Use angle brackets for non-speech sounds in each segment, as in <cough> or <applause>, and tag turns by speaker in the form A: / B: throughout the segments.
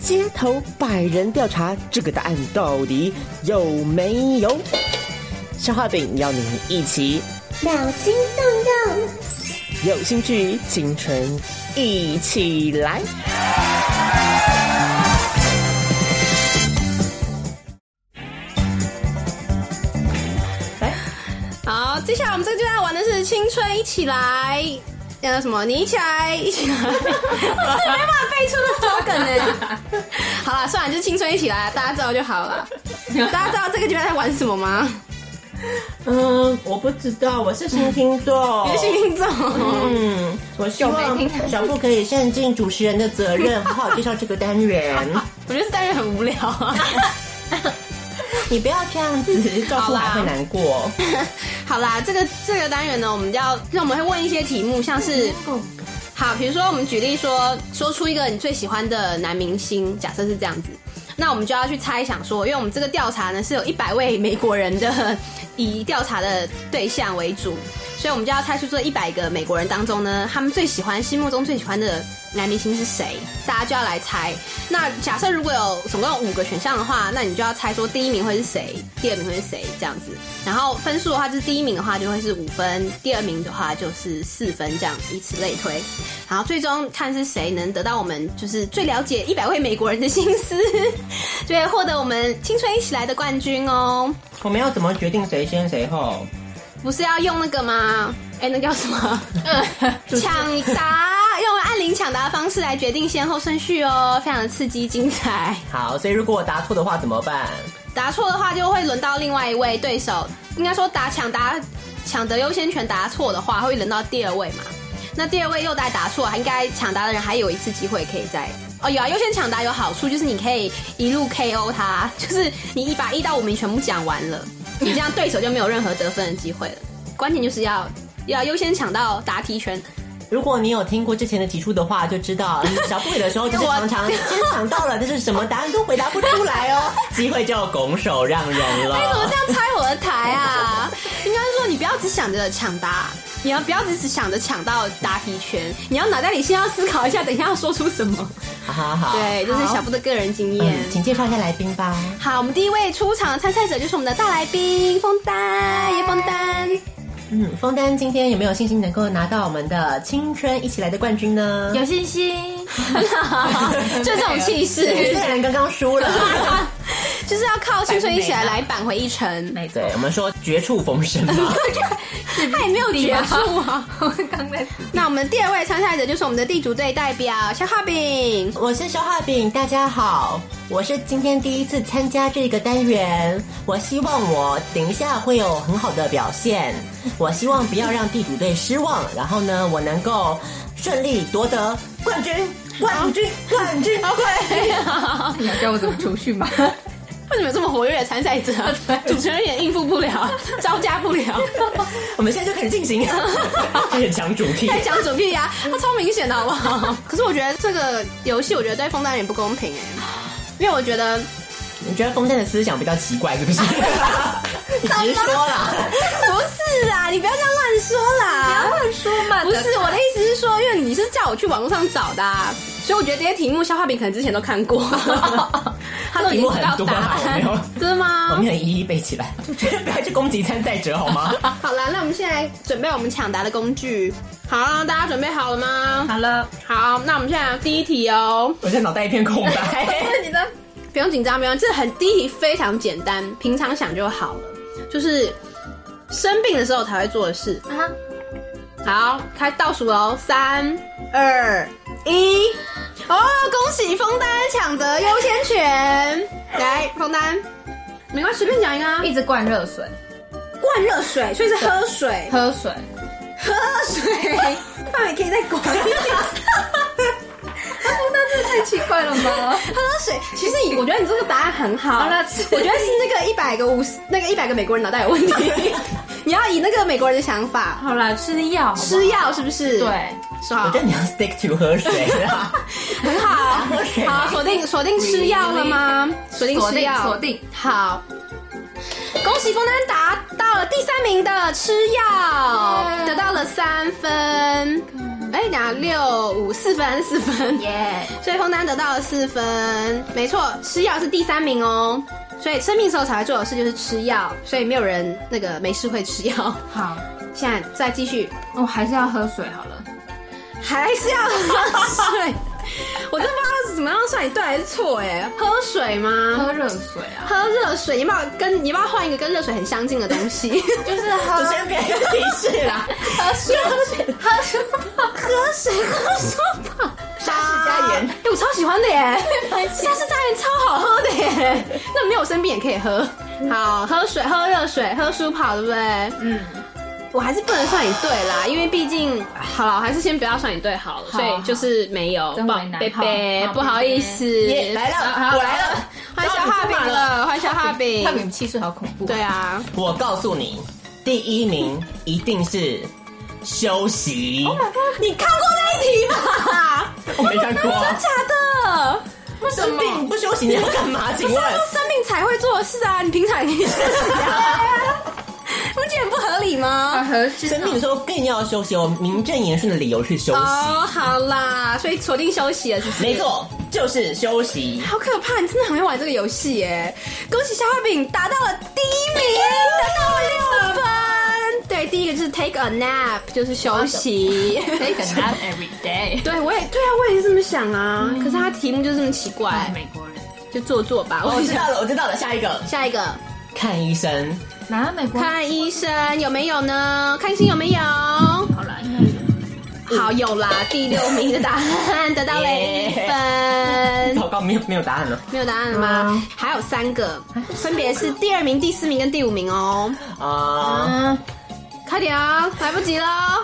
A: 街头百人调查，这个答案到底有没有？消化饼邀您一起
B: 脑筋动动，
A: 有兴趣，青春一起来。
C: 好，接下来我们这个阶段玩的是青春一起来，呃，什么？你一起来，一起来， <laughs> 我是没办法背出的 slogan 呢。好了，算了，就是青春一起来，大家知道就好了。大家知道这个阶段在玩什么吗？
D: 嗯，我不知道，我是新听众。
C: <laughs> 你是新听众，
D: 嗯，我希望小布可以善尽主持人的责任，好好介绍这个单元。
C: <laughs> 我觉得这单元很无聊啊。
D: 你不要这样子，照顾还会难 <laughs> 过。
C: 好啦，这个这个单元呢，我们要，那我们会问一些题目，像是，好，比如说我们举例说，说出一个你最喜欢的男明星，假设是这样子，那我们就要去猜想说，因为我们这个调查呢是有一百位美国人的以调查的对象为主，所以我们就要猜出这一百个美国人当中呢，他们最喜欢心目中最喜欢的男明星是谁，大家就要来猜。那假啊设如果有总共有五个选项的话，那你就要猜说第一名会是谁，第二名会是谁这样子。然后分数的话，就是第一名的话就会是五分，第二名的话就是四分，这样以此类推。然后最终看是谁能得到我们就是最了解一百位美国人的心思， <laughs> 就会获得我们青春一起来的冠军哦。
D: 我们要怎么决定谁先谁后？
C: 不是要用那个吗？哎、那叫什么？抢答，用按铃抢答的方式来决定先后顺序哦，非常的刺激精彩。
D: 好，所以如果我答错的话怎么办？
C: 答错的话就会轮到另外一位对手，应该说打抢答抢得优先权答错的话，会轮到第二位嘛？那第二位又再答错，还应该抢答的人还有一次机会可以再哦，有啊，优先抢答有好处，就是你可以一路 KO 他，就是你一把一到五名全部讲完了，你这样对手就没有任何得分的机会了。关键就是要要优先抢到答题权，
D: 如果你有听过之前的集数的话，就知道嗯小布里的时候就是常常先想到了，但是什么答案都回答不出来哦，机会就拱手让人
C: 你怎么
D: 了
C: 这。样拆我的台啊？应该说你不要只想着抢答，你要不要只只想着抢到答题权？你要脑袋里先要思考一下，等一下要说出什么。
D: 好好好，
C: <laughs> 对，这是小布的个人经验。
D: 嗯，请介绍一下来宾吧。
C: 好，我们第一位出场的参赛者就是我们的大来宾枫丹，叶枫丹。
D: 嗯，枫丹今天有没有信心能够拿到我们的青春一起来的冠军呢？
E: 有信心，
C: <laughs> 就这种气势，
D: 虽
C: <laughs>
D: 然刚刚输了，
C: 就是要靠青春一起来来扳回一城。
E: 没错
D: 对，，我们说绝处逢生嘛。
C: 他哎也没有绝处 <laughs> 啊。
E: 我刚才
C: 那我们第二位参赛者就是我们的地主队代表夏画饼。
D: 我是肖画饼，大家好，我是今天第一次参加这个单元，我希望我等一下会有很好的表现，我希望不要让地主队失望，然后呢，我能够顺利夺得冠军，冠军，冠军。
E: 你要教我怎么储蓄 <laughs> 吗？
C: 为什么有这么活跃的参 <laughs> 赛者？主持人也应付不 <laughs> 了，招架不 <laughs> 了，
D: 我们现在就开始进行，开始讲主
C: <laughs>
D: 题。
C: 太哎讲准屁呀、他超明显的好不好？ <laughs> 可是我觉得这个游戏，我觉得对枫丹有点不公平哎，因为我觉得 <laughs>
D: 你觉得风筝的思想比较奇怪是不是？你直说啦。
C: 不是啦，你不要这样乱说啦，不要乱说嘛不是我的意思是说，因为你是叫我去网络上找的、啊，所以我觉得这些题目消化饼可能之前都看 <laughs> 过，他都已经知道答
D: 这题目
C: 案
D: 很多啊，
C: 真的
D: 我
C: 吗
D: 们？有一一背起来， <laughs> 不要去攻击参赛者好吗？
C: 好啦，那我们现在准备我们抢答的工具。好啊，大家准备好了吗？
E: 好了，
C: 好，那我们现在第一题哦。
D: 我现在脑袋一片空白。
E: <laughs> 你的
C: 不用紧张，不用，这很第一题非常简单，平常想就好了，就是生病的时候才会做的事。
E: 啊，
C: 好，开倒数喽，三、二、一。哦，恭喜枫丹抢得优
E: <laughs>
C: 先权。来，枫丹，没关系，随便讲一个啊。
E: 一直灌热水，
C: 灌热水，所以是喝水，
E: 喝水，
C: 喝 <laughs> 水。范围可以再 <laughs> 广一点。
E: 那这太奇怪了吗？
C: 喝水，其实你，我觉得你这个答案很好。
E: 好了
C: 我觉得是那个一百个五十，那个一百个美国人脑袋有问题。 <laughs> 你要以那个美国人的想法，
E: 好啦，吃药，
C: 吃，药是不是？
E: 对，
C: 是
D: 我 <laughs>
C: 好
D: 觉，得你要 stick to 喝
C: <laughs>
D: 水啦。
C: 很好
D: 喝水。
C: 好，锁定锁定吃药了吗？锁定
E: 锁
C: 吃
E: 定
C: 药，
E: 锁定
C: 好。恭喜枫丹达到了第三名的吃药，
E: 耶
C: 得到了三分。哎，等一下六五四分还是四分？
E: 耶！
C: 所以枫丹得到了四分，没错，吃药是第三名哦。所以生病时候才会做的事就是吃药，所以没有人那个没事会吃药。 <laughs>
E: 好，
C: 现在再继续，
E: 我还是要喝水好了。
C: 还是要喝水。我真不知道怎么样算你对还是错哎，喝水吗？
E: 喝热水啊，
C: 喝热水，你要不要跟你要不要换一个跟热水很相近的东西？
E: 就是喝
D: 主持人给一个提示啦，
E: 喝水，喝水，喝水，喝水，喝水吧。沙士加盐，
C: 哎、我超喜欢的耶！下次加盐超好喝的耶，那没有生病也可以喝。好，喝水，喝热水，喝舒跑，对不对？
E: 嗯，
C: 我还是不能算你对啦，因为毕竟好了，我还是先不要算你对好了，
E: 好
C: 所以就是没有
E: 真为难
C: 贝贝，
E: 好
C: 不好意思，
D: 耶来了
C: 好
D: 我来了，
C: 换小画饼了，换小画饼
E: 他，们气势好恐怖。
C: 对，啊，
D: <laughs> 我告诉你，第一名一定是休息。
C: <laughs> Oh 你看过那一题吧？
D: 我 <laughs> 没看过，
C: 假的，为什
D: 生 <laughs>
C: 么？
D: 病不休息你要干
C: <laughs>
D: 嘛？请问
C: 生病才会做的事啊，你平常也可以休息啊， <laughs> 不觉得很不合理
E: 啊，
C: 吗？
E: 合
D: 生病的时候更要休息哦，名正言顺的理由去休息。
C: 哦，好啦，所以锁定休息了，是不是？
D: <laughs> 没。错，就是休息。
C: 好可怕！你真的很会玩这个游戏耶！恭喜小画饼达到了第一名，得到了六分。对，第一个就是 take a nap，就是休息。 <laughs>
E: take a nap every day。
C: 啊对，我也对啊，我也是这么想啊。可是它题目就这么奇怪，
E: 哎美国人
C: 就做作吧。
D: 哦
C: <laughs> 我
D: 我知 <laughs> 道了，我知道了，下一个
C: 下一个，
D: 看医生。
E: 哪美国人？
C: 看医生有没有呢？看医生有没有？
E: 好啦，应该有
C: 好，有啦，第六名的答案得到了一分，
D: 糟糕，没有没有答案了。
C: 没有答案了吗？还有三个，分别是第二名、第四名跟第五名哦。
D: 啊、
E: 啊，
C: 快点啊，来不及了！
D: 啊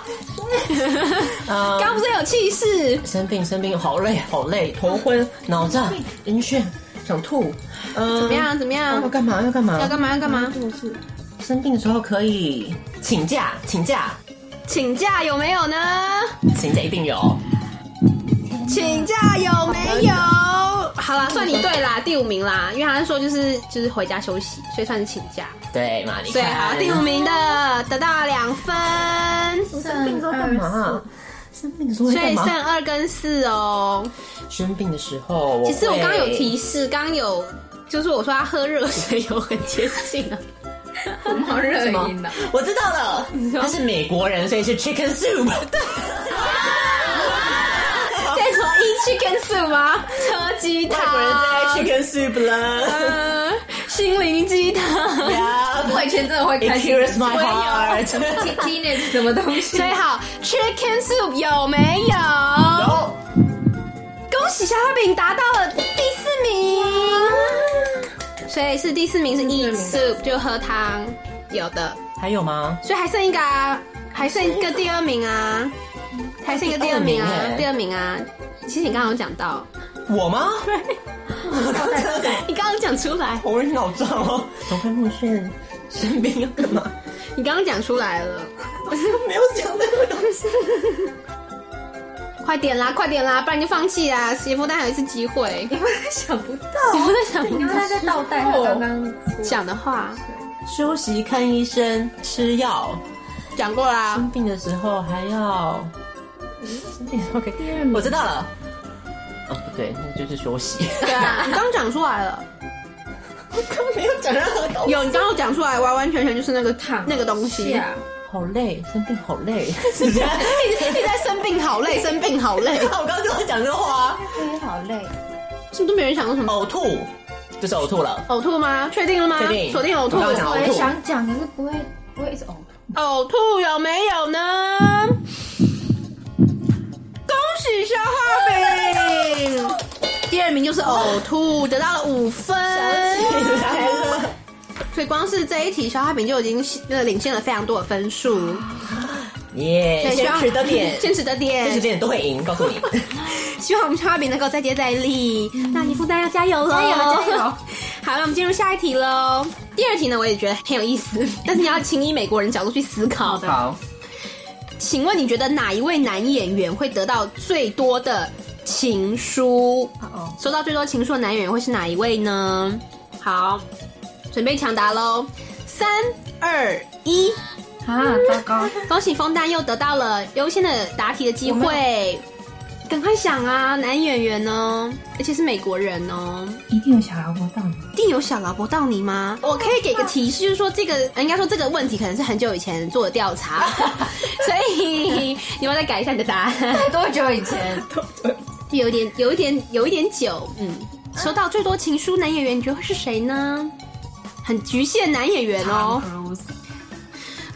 C: 嗯刚不是有气势？
D: 生病生病，好累好累，头昏脑胀，晕眩，想吐。嗯、
C: 嗯怎么样？怎么
D: 啊？要
C: 样？
D: 干嘛？要干嘛？
C: 要干嘛？要干嘛？
D: 生病的时候可以请假，请假，
C: 请假有没有呢？
D: 请假一定有。
C: 请假有没有？好啦，算你对啦，第五名啦，因为他是说就是就是回家休息，所以算是请假。
D: 对啊嘛？你
C: 对，好，
D: 看，
C: 第五名的得到两分，
D: 生病的时候干嘛？生病的时候会
C: 所
D: 干
C: 以剩
D: 嘛？
C: 二跟四哦。
D: 生病的时候我会，
C: 其实我刚刚有提示，刚刚有就是我说他喝热
D: <laughs>
C: 水有很接近啊。
E: 我们好热
D: 什么
E: 音的。？
D: <laughs> 我知道了，他是美国人，所以是 chicken soup。
C: <laughs>
D: <laughs>
C: 在什么 e chicken soup 吗？车鸡汤
D: 外。国人最爱 chicken soup <laughs> 了。
C: 呃，心灵鸡汤。
E: 我
D: Yeah,
E: 以前真的会
D: it
E: 开心
D: cures my
E: 我也有
D: heart.
E: Teen- <laughs> teenage 什么东西
C: 所以？好，chicken soup 有没有？
D: 然后
C: 恭喜小花饼达到了第四名。所以是第四名是 eat soup，就喝汤，有的。
D: 还有吗？
C: 所以还剩一个啊，还剩一个第二名啊，还剩一个第二名啊
D: 第二名，耶
C: 第二名啊。其实你刚刚有讲到，
D: 我 <laughs> 吗？我
C: 你刚刚讲出来，
D: 我脑胀哦，头昏目眩，生病要干嘛？
C: 你刚刚讲出来了，
D: 没有想那个东西。
C: 快点啦，快点啦，不然你就放弃啦。媳妇，但还有一次机会。
E: 因为 <laughs> 想不到，
C: <laughs> 媳妇在想
E: 因为他在倒带他刚刚讲
C: 讲的话
D: 休息、看医生、吃药，
C: 讲过啦，
D: 生病的时候还要。嗯生病的时 <laughs> 候可以。我知道了。哦，不对，那就是休息。
C: 对啊，你刚讲出来了，
D: 我根 <laughs> 本没有讲任何东西。
C: 有你刚刚讲出来，完完全全就是那个
E: 躺
C: 那个东西。
E: 下
D: 好累，生病好累。是不是？
C: <laughs> 一直在生病，好累，生病好累，
D: 我刚刚就在讲这话啊。
E: 哎好累，
C: 是不是都没人想到什么
D: 呕吐，就是呕吐 <laughs> 了。
C: 呕吐吗？确定了吗？
D: 确定
C: 锁定呕吐
D: 我。刚刚讲
E: 我
D: 呕
E: 也
D: 吐，
E: 想讲，可是不会不会一直呕哦吐。
C: 呕吐有没有呢？恭喜消化饼， <laughs> 第二名就是呕吐，得到了五分。
D: 来了。
C: 所以光是这一题，消化饼就已经呃领先了非常多的分数。
D: 耶，
C: 对希
D: 坚
C: 望
D: 持的点，
C: <laughs> 坚持的
D: 坚持
C: 点，
D: 点都会赢，告诉 <laughs> 你。
C: 希望我们消化饼能够再接再厉。那你负担要嗯加
E: 哦
C: 油
E: 油！
C: 喽！好了，我们进入下一题喽。第二题呢，我也觉得很有意思，但是你要请以美国人角度去思考。
D: 好，
C: 请问你觉得哪一位男演员会得到最多的情书？
E: 哦，
C: 收到最多情书的男演员会是哪一位呢？好，准备抢答喽！三二一，
E: 啊，糟糕！
C: 恭喜枫丹又得到了优先的答题的机
E: 我
C: 会。赶快想啊，男演员哦，而且是美国人哦，
E: 一定有小老婆到你。
C: 一定有小劳勃到你吗？我可以给个提示，就是说这个呃应该说这个问题可能是很久以前做的调 <laughs> 查，所以 <laughs> 你要再改一下你的答案，
E: 多久以前？
C: 有一点有一点有一点久，嗯，收到最多情书男演员，你觉得会是谁呢？很局限男演员哦。
E: Cruise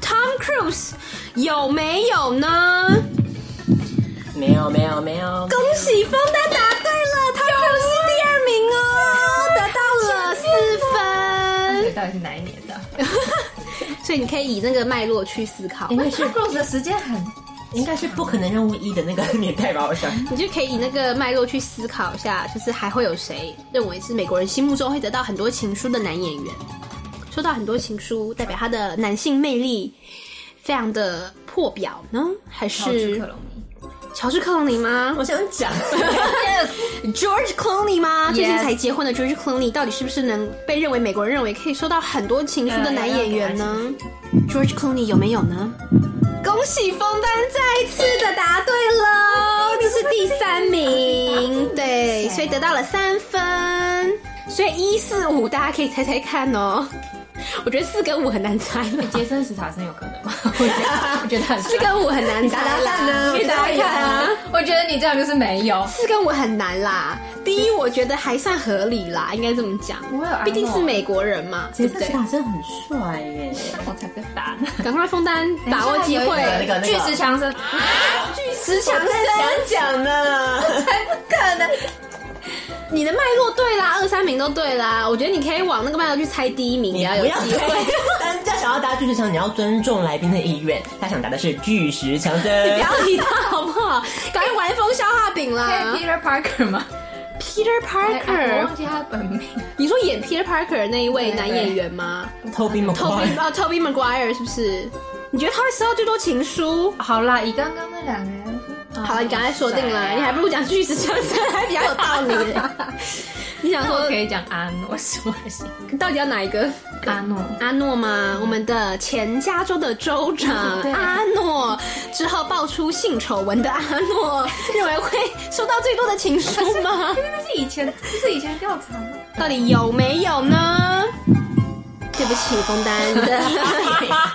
C: Tom Cruise 有没有呢？
D: 没有没有没有，
C: 恭喜枫丹答对了，Tom Cruise 是第二名哦，得到了四
E: 到底是哪一年的？
C: 分。 <laughs> 所以你可以以那个脉络去思考
E: 因，为是 Cruise 的时间很
D: 应该是不可能任务一的那个年代吧？我想。
C: 你就可以以那个脉络去思考一下，就是还会有谁认为是美国人心目中会得到很多情书的男演员？收到很多情书，代表他的男性魅力非常的破表呢，还是
E: 克隆尼。
C: 乔治克隆尼吗？
D: 我想讲，
C: George Clooney 吗
E: Yes
C: 最近才结婚的 George Clooney 到底是不是能被认为美国人认为可以收到很多情书的男演员呢？George Clooney 有没有呢？恭喜枫丹再次的答对了， <laughs> 这是第三 <laughs> 名，对，所以得到了三分，所以一四五大家可以猜猜看哦。我觉得四跟五很难猜，
E: <laughs> 杰森·斯坦森有可能吗？我觉 <laughs> 得，我觉得很
C: <laughs> 四跟五很难猜 <laughs>
D: 你打打看
C: 啦
D: 啊，
C: 你打打
E: <laughs>
C: 看啊。
E: 我觉得你这样就是没有。
C: 四跟我很难啦。第一，我觉得还算合理啦，应该这么讲
E: 我有安。诺
C: 毕竟是美国人嘛，对
D: 杰
C: 不
D: 森
C: 对
D: ·斯？坦森很帅 <laughs> 耶，
E: 我才不打呢。
C: 赶快封单，把握机
D: 有一个
C: 会
D: 那。个
E: 巨石强森， <laughs>
C: 巨石强森，
D: 想讲呢，
E: 才不可能。
C: 你的脉络对啦，二三名都对啦。我觉得你可以往那个脉络去猜第一名，比
D: 你
C: 较
D: 不
C: 有
D: 要
C: 机会。 <laughs>
D: 推但是要想要答巨石强，你要尊重来宾的意愿。他想答的是巨石强
C: 你
D: 森
C: 不。要理他好不好？赶快玩风消化饼啦
E: Peter Parker 吗哎
C: ！Peter
D: 哎
E: 我
D: 啊
C: Parker，
E: 忘记他本名。
C: 你说演 Peter Parker 那一位
E: 对对
C: 男演员吗
D: Toby
C: ？Toby
D: Maguire，
C: 哦，Toby Maguire 是不是？你觉得他会收到最多情书？
E: 好啦，以刚刚那两个人，啊
C: 好
E: 哦
C: 了，你刚才说定了，你还不如讲巨石强森，还比较有道理。
E: <laughs>
C: 你想
E: 那
C: 说
E: 我可以讲阿诺是不是？
C: 你到底要哪一个？
E: 阿诺，
C: 阿诺吗？我们的前加州的州长
E: 对
C: 阿诺之后爆出性丑闻的阿诺，认为会收到最多的情书
E: <laughs>
C: 吗？
E: 因为那是以前，不是以前调查吗？
C: 到底有没有呢？对不起，枫
E: <laughs>
C: 丹，你的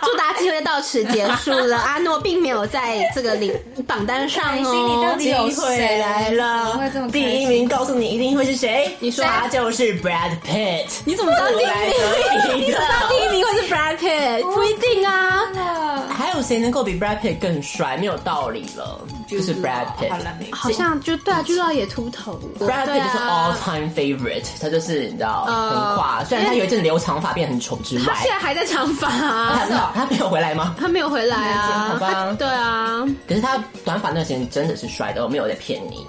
C: 祝答机会到此结束了。阿诺并没有在这个领榜单上
E: 哎
C: 哦。
E: 心里到底有
D: 机会来
E: 怎么会这么
D: 了，
E: 开心
D: 第一名告诉你一定会是谁？
C: 你说
D: 他就是 Brad Pitt。
C: 你怎么知道第一名？
D: 你知
C: 你怎么知道
D: 道
C: 第一名会是 Brad Pitt？不
E: 哦
C: 一定啊。
E: 了，
D: 还有谁能够比 Brad Pitt 更帅？没有道理了，就是 Brad
E: 好
D: Pitt。
E: 了，没
C: 好像就对啊，就要也秃头。
D: Brad
C: 对
D: Pitt 就是 all
C: 啊，
D: time favorite，他就是你知道
C: 呃
D: 很跨，虽然他有一阵留长发变很丑之
C: 他
D: 外
C: 现，在还在长发、
D: <laughs>
C: 啊，
D: 他他没有回来吗？
C: 他没有回来啊。
D: 好吧
C: 他
D: <laughs>
C: 对啊，
D: 可是他短发那段时间真的是帅的，我没有在骗你。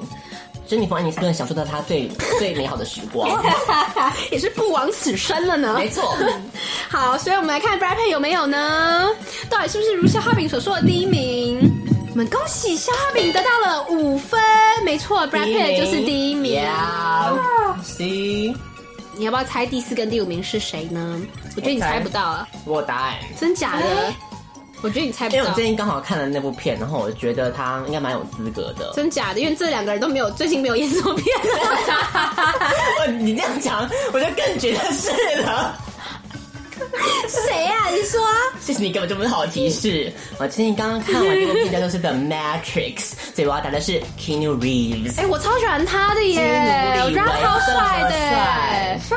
D: 珍妮弗·安妮斯顿享受到她最最美好的时
C: <laughs>
D: 光，
C: 也是不枉此生了呢。
D: 没错。
C: 好，所以我们来看 Brad Pitt 有没有呢？到底是不是如肖画饼所说的第一名？我们恭喜肖画饼得到了五分，没错，Brad Pitt 就是第一名。
D: Yeah，C，
C: 你要不要猜第四跟第五名是谁呢？我觉得你猜不到啊，
D: 我有答案。
C: 真假的？我觉得你猜不
D: 因为我
C: 到
D: 最。近刚好看了那部片，然后我觉得他应该蛮有资格的。
C: 真假的，因为这两个人都没有最近没有演什么片，
D: <laughs> 我你这样讲，我就更觉得是了。
C: 谁呀、你说啊、
D: <laughs> 谢谢你根本就不是好提示。我最近刚刚看完一部片叫做是《The Matrix》，所以我要答的是 Keanu Reeves。
C: 哎、我超喜欢他的耶，
D: 基努
C: 我
D: 里
C: 觉得他超帅的
D: 维
C: 耶，
E: 帅，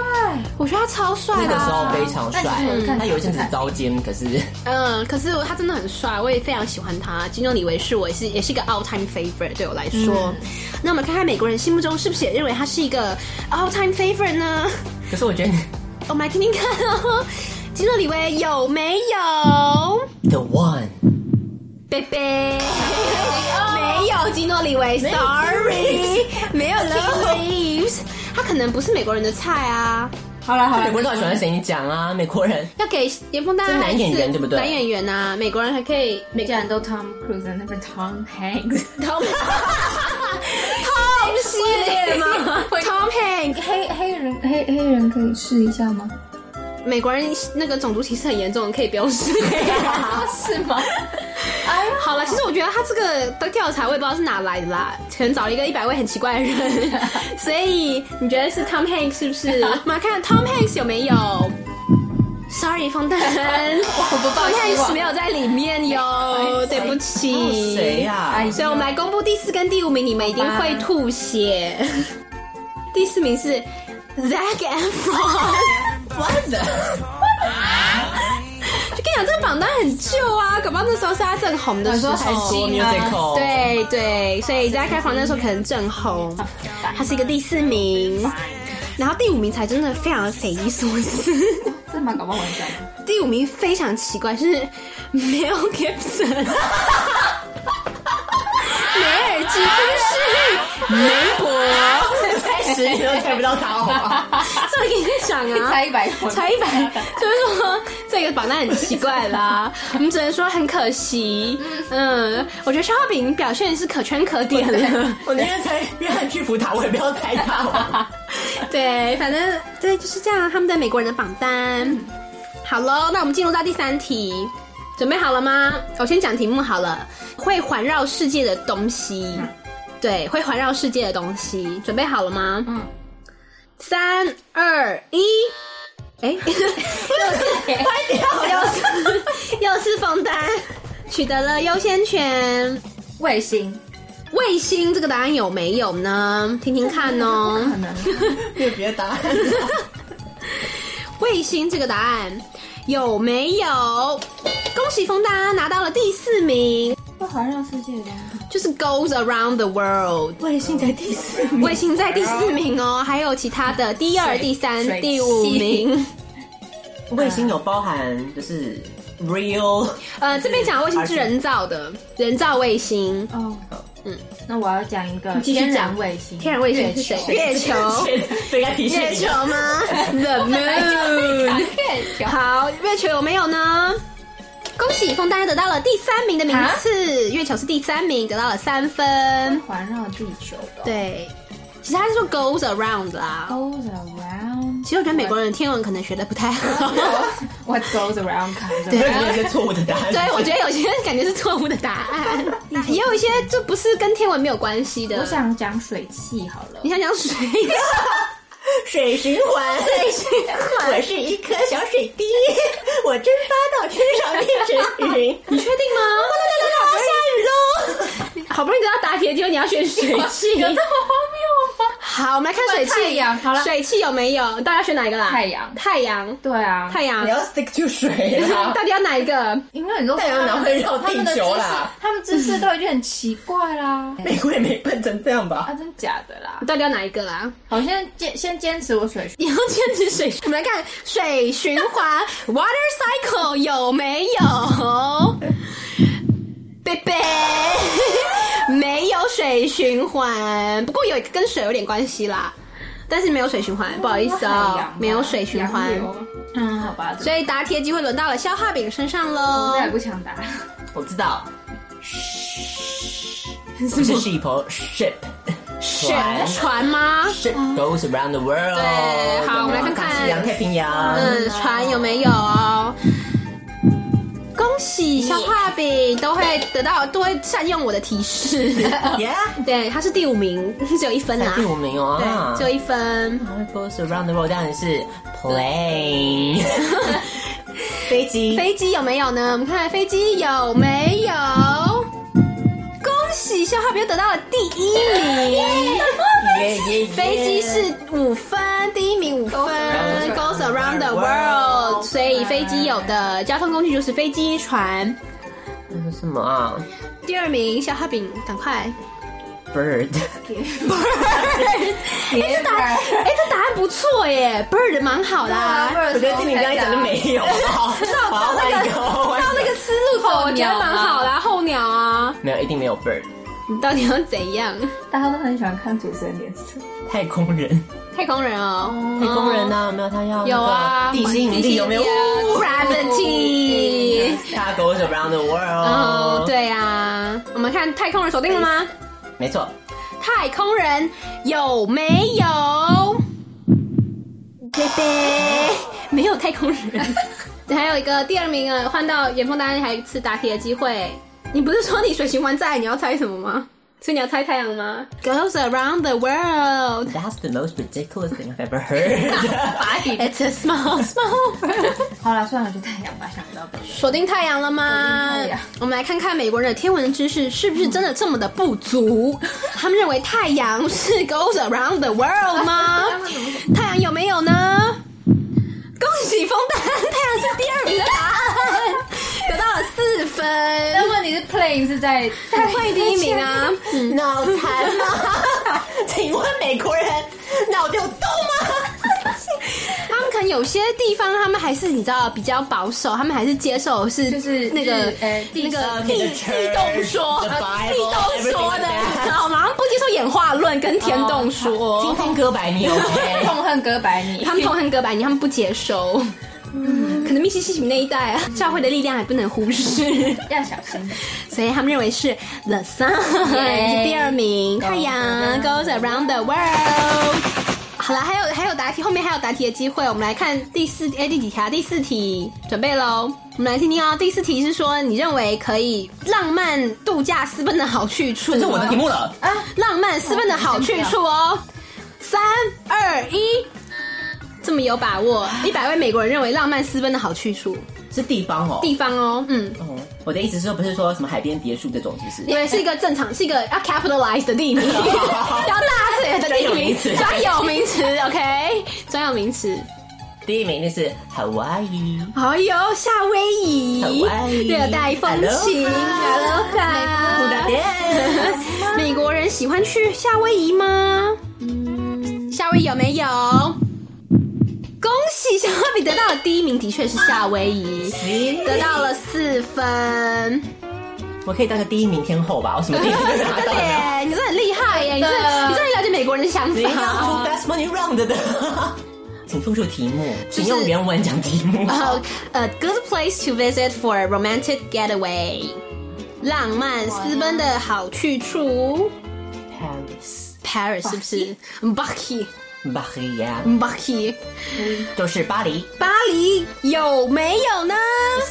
C: 我觉得他超帅
D: 那
C: 的
D: 个时候
C: 啊、
D: 非常帅
E: 但是，
D: 他有一阵子遭奸，可是
C: 嗯，可是他真的很帅，我也非常喜欢他。金钟里维是我也是也是一个 all time favorite 对我来说。那我们看看美国人心目中是不是也认为他是一个 all time favorite 呢？Oh
D: 可是我觉得你
C: 我们来听听看哦，金钟里维有没有？
D: The One
C: 贝贝， <laughs> 没有基诺里维，sorry，没有 King Leaves，他可能不是美国人的菜啊。
E: 好了好了
D: 美国人到底喜欢谁？你讲啊，美国人。
C: 要给严峰丹
D: 这男演员对不对
C: 男演员啊，美国人还可以美
E: 既然都 Tom Cruise，那边 Tom Hanks， <laughs>
C: Tom Tom 系列吗？Tom Hank
E: 黑黑人黑黑人可以试一下吗？
C: 美国人那个种族歧视很严重，可以不用 <laughs> 试。
E: 啊是吗？哎呀，
C: 好了，其实我觉得他这个的调查我也不知道是哪来的啦，可能找了一个一百位很奇怪的人， <laughs> 所以你觉得是 Tom Hanks 是不 <laughs> 是？我们来看 Tom Hanks 有没有？Sorry，方嗯丹，我
E: 不抱
C: Tom
E: 希望
C: Hanks 没有在里面哟，对不起。
D: 哎谁啊呀、
E: 哎
C: 所以我们来公布第四跟第五名，你们一定会吐血。 <laughs> 第四名是 Zac Efron。
D: 完了，
C: 就跟你讲，这个榜单很旧啊，搞不好那时候是他正红的时候。
E: 那时候还
D: 说
E: 行啊
D: musical，，
C: 对对，所以在开房那时候可能正红，他是一个第四名，然后第五名才真的非常的匪夷所思。
E: 这蛮搞不好玩笑的。
C: 第五名非常奇怪，是 Mel Gibson，梅尔吉普逊，梅博，
D: 开始你都猜不到他哦。
C: 这我给你讲
E: <laughs>
C: 啊，
E: 猜一百个，
C: 才一百，就是说这个榜单很奇怪啦。我们只能说很可惜。嗯，我觉得肖浩炳表现是可圈可点了。
D: 我宁愿猜约翰去普塔，我也不要猜他哦。 <laughs>
C: 对，反正对就是这样，他们在美国人的榜单。好喽，那我们进入到第三题，准备好了吗？我先讲题目好了，会环绕世界的东西。对，会环绕世界的东西，准备好了吗？嗯，三二一，哎、又是坏掉，又是 <laughs> 又是枫丹取得了优先权。
E: 卫星
C: 卫星这个答案有没有呢？听听看哦。
E: 可能
D: 没有别的答案，
C: 卫星这个答案有没有？恭喜枫丹拿到了第四名，
E: 会环绕世界的
C: 就是 Goes Around the World。
D: 卫星才第四名。
C: 卫星在第四名哦，还有其他的第二、
E: 水
C: 第三、
E: 水
C: 第五
E: 系
C: <laughs> 名。
D: 卫星有包含就是 <laughs> real
C: 呃，这边讲的卫星是人造的，人造卫星。
E: 哦。嗯，那我要讲一个
C: 继续
E: 天
C: 讲
E: 然卫星，
C: 天然卫星是谁？月球。
D: 被他提
C: <laughs> 月
D: 醒 <laughs>
C: 球吗？The <laughs> Moon。
E: 月球。
C: 好，月球有没有呢？恭喜枫丹得到了第三名的名
E: 啊
C: 次，月球是第三名，得到了三分。
E: 环绕地球的。
C: 对，其实他是说 goes around 啦。
E: ，goes
C: <laughs>
E: around。
C: 其实我觉得美国人的天文可能学的不太好。
E: What goes around comes
D: 所以
E: around。
D: 你有一些错误的答案。
C: 对，我觉得有些感觉是错误的答案，也有一些就不是跟天文没有关系的。
E: 我，想讲水汽好了
C: 你，想讲水？
D: 水循环，水循环。我是一颗小水滴， <laughs> 我蒸发到天上变成云。
C: 你确定吗？下雨喽！好不容易得到答题，结果你要选水汽。
E: 有这么荒谬吗？
C: <laughs> 好，我们来看水汽。
E: 太阳好了
C: 水汽有没有？大家选哪一个啦？
E: 太阳
C: 太阳，
E: 对啊，
C: 太阳
D: <laughs> 你。要 stick to 水啦。
C: 到底要哪一个？
E: 因为你都
D: 太阳哪会绕地球啦
E: 他们的姿势他们姿势都已经很奇怪啦。
D: <laughs> 美国也没笨成这样吧？
E: 啊，真假的啦
C: 你！到底要哪一个啦？
E: 好，先坚先坚持我水
C: 你要坚持水，我们来看水循环 （water cycle） 有没有？贝贝， <laughs> 没有水循环，不过有一个跟水有点关系啦，但是没有水循环，不好意思
E: 海
C: 哦
E: 洋，
C: 没有水循环
E: 洋，流嗯，啊好吧，
C: 所以答题的机会轮到了消化饼身上喽
E: 我。再也不
C: <laughs>
E: 抢答。
D: 我知道，不是 sheep 哦 ship
C: 选船吗？
D: ship goes around the world。
C: 对好我们来看看
D: 大西洋、太平洋。
C: 嗯，船有没有哦？恭喜消化饼都会得到，都会善用我的提示。 <laughs> 嗯
D: Yeah，
C: 对，他是第五名， <laughs> 只有一分
D: 在
C: 啦
D: 第。五名哦。啊
C: 对，只有一分。
D: Goes around the world 当然是 plane 飞机。
C: 飞机有没有呢？我们看看飞机有没有。恭喜消化饼又得到了第一
D: <laughs>
C: 名，
D: 耶耶耶
C: 飞机是五分，第一名五分
D: around the
C: ，Goes around the
D: world
C: world，所以飞机有的交通工具就是飞机、船。
D: 那是什么啊
C: 第二名消化饼，赶快！
D: ？Bird
C: 哎、这答案，哎、这答案不错耶，bird 蛮好的、啊。
E: 我
D: 我觉得听你刚才讲的没有， <laughs> 好，好好换一个，好换
C: 照
D: 一
C: 那
D: 个，
C: 个思路走，哦我觉得蛮好的、啊。候鸟啊，
D: 没有，一定没有 bird，
C: 你到底要怎样？
E: 大家都很喜欢看主持人脸色。
D: 太空人，
C: 太空人哦，
D: 太空人呐，没有他要那个
C: 有啊，
D: 地心引力有没有
C: ？Gravity。
D: 它 goes around the
C: 哦，
D: world，，
C: 对呀、啊，我们看太空人锁定了吗？
D: 没错，
C: 太空 <laughs> 人有没有？贝贝，
E: 没有太空
D: <laughs>
E: 人。
C: 还有一个第二名啊，换到严峰大家还有一次答题的机会。你不是说你水循环在，你要猜什么吗？所以你要猜太阳吗？Goes around the world,
D: That's the most ridiculous thing I've ever heard.
C: it's a small <laughs> small world。
E: 好了，算了，就太阳吧，想不到
C: <laughs>
E: 别的。
C: 锁定太阳了吗
E: 锁定太阳？
C: 我们来看看美国人的天文知识是不是真的这么的不
E: <laughs>
C: 足？他们认为太阳是 goes around the
E: <laughs>
C: world 吗？太阳有没有呢？恭喜风丹，太阳是第二
E: <laughs>
C: 名的答案，得到了四分，
E: 但问题是，plane 是在
C: 太
E: <laughs>
C: 会第一名啊！
D: 脑残吗？请问美国人脑子有洞吗？
C: 他们可能有些地方，他们还是你知道比较保守，他们还是接受是
E: 就是
C: 那个
E: 日呃地
C: 那个
D: Okay,
C: 地
D: the
C: 地动说
D: church, the
C: 呃
D: Bible,
C: 地动说
D: everything
C: 的，
D: like that. 哦
C: 你知道吗？他们不接受演化论跟天动
D: 今
C: 说，
D: 天哥白尼 <laughs> OK？
E: 痛恨哥白尼
C: 他。们痛恨哥白尼，他们不接受。
D: 嗯
C: 可能密西西比那一带啊，教会的力量还不能忽视，
E: 要小心，
C: 所以他们认为是 the sun
E: 耶
C: 是第二名，太阳 goes around the world。好了，还有还有答题，后面还有答题的机会，我们来看第四哎第几题啊？第四题，准备喽。我们来听听哦。第四题是说，你认为可以浪漫度假私奔的好去处？
D: 这是我的题目了。
C: 啊！浪漫私奔的好去处哦。三二一，这么有把握？一百位美国人认为浪漫私奔的好去处
D: 是地方哦。
C: 地方哦，嗯，
D: 哦，我的意思是说，不是说什么海边别墅这种，是不是？
C: 因为是一个正常，是一个要 capitalize 的地名，
D: <laughs>
C: 要大写的地
D: 专有名
C: 名，
D: 词
C: 专有名词，OK，专有名词。
D: 第一名就是 Hawaii，
C: 哎呦，夏威夷
D: 夏威，夷
C: 热带风情
D: Aloha <laughs>
C: ，Aloha。美国人喜欢去夏威夷吗？夏威夷有没有？恭喜小花比得到的第一名，的确是夏威夷，
D: 咦
C: 得到了四
D: <laughs>
C: 分。
D: 我可以当个第一名天后吧？我什么第一名都拿
C: 真
D: 到
C: 的
D: 了。
C: 耶，你真的很厉害耶！你真的，你真的了解美国人的想
D: 谁让出
C: 法。
D: Fast Money Round 的？ <laughs> 请复述题目，请用原文讲题目。
C: 呃呃，good place to visit for a romantic getaway，浪漫私奔的好去处。
D: Paris、
C: Paris 是不是 m b a k i
D: b a h i a
C: m b a k i
D: 都是巴黎
C: 巴黎有没有呢？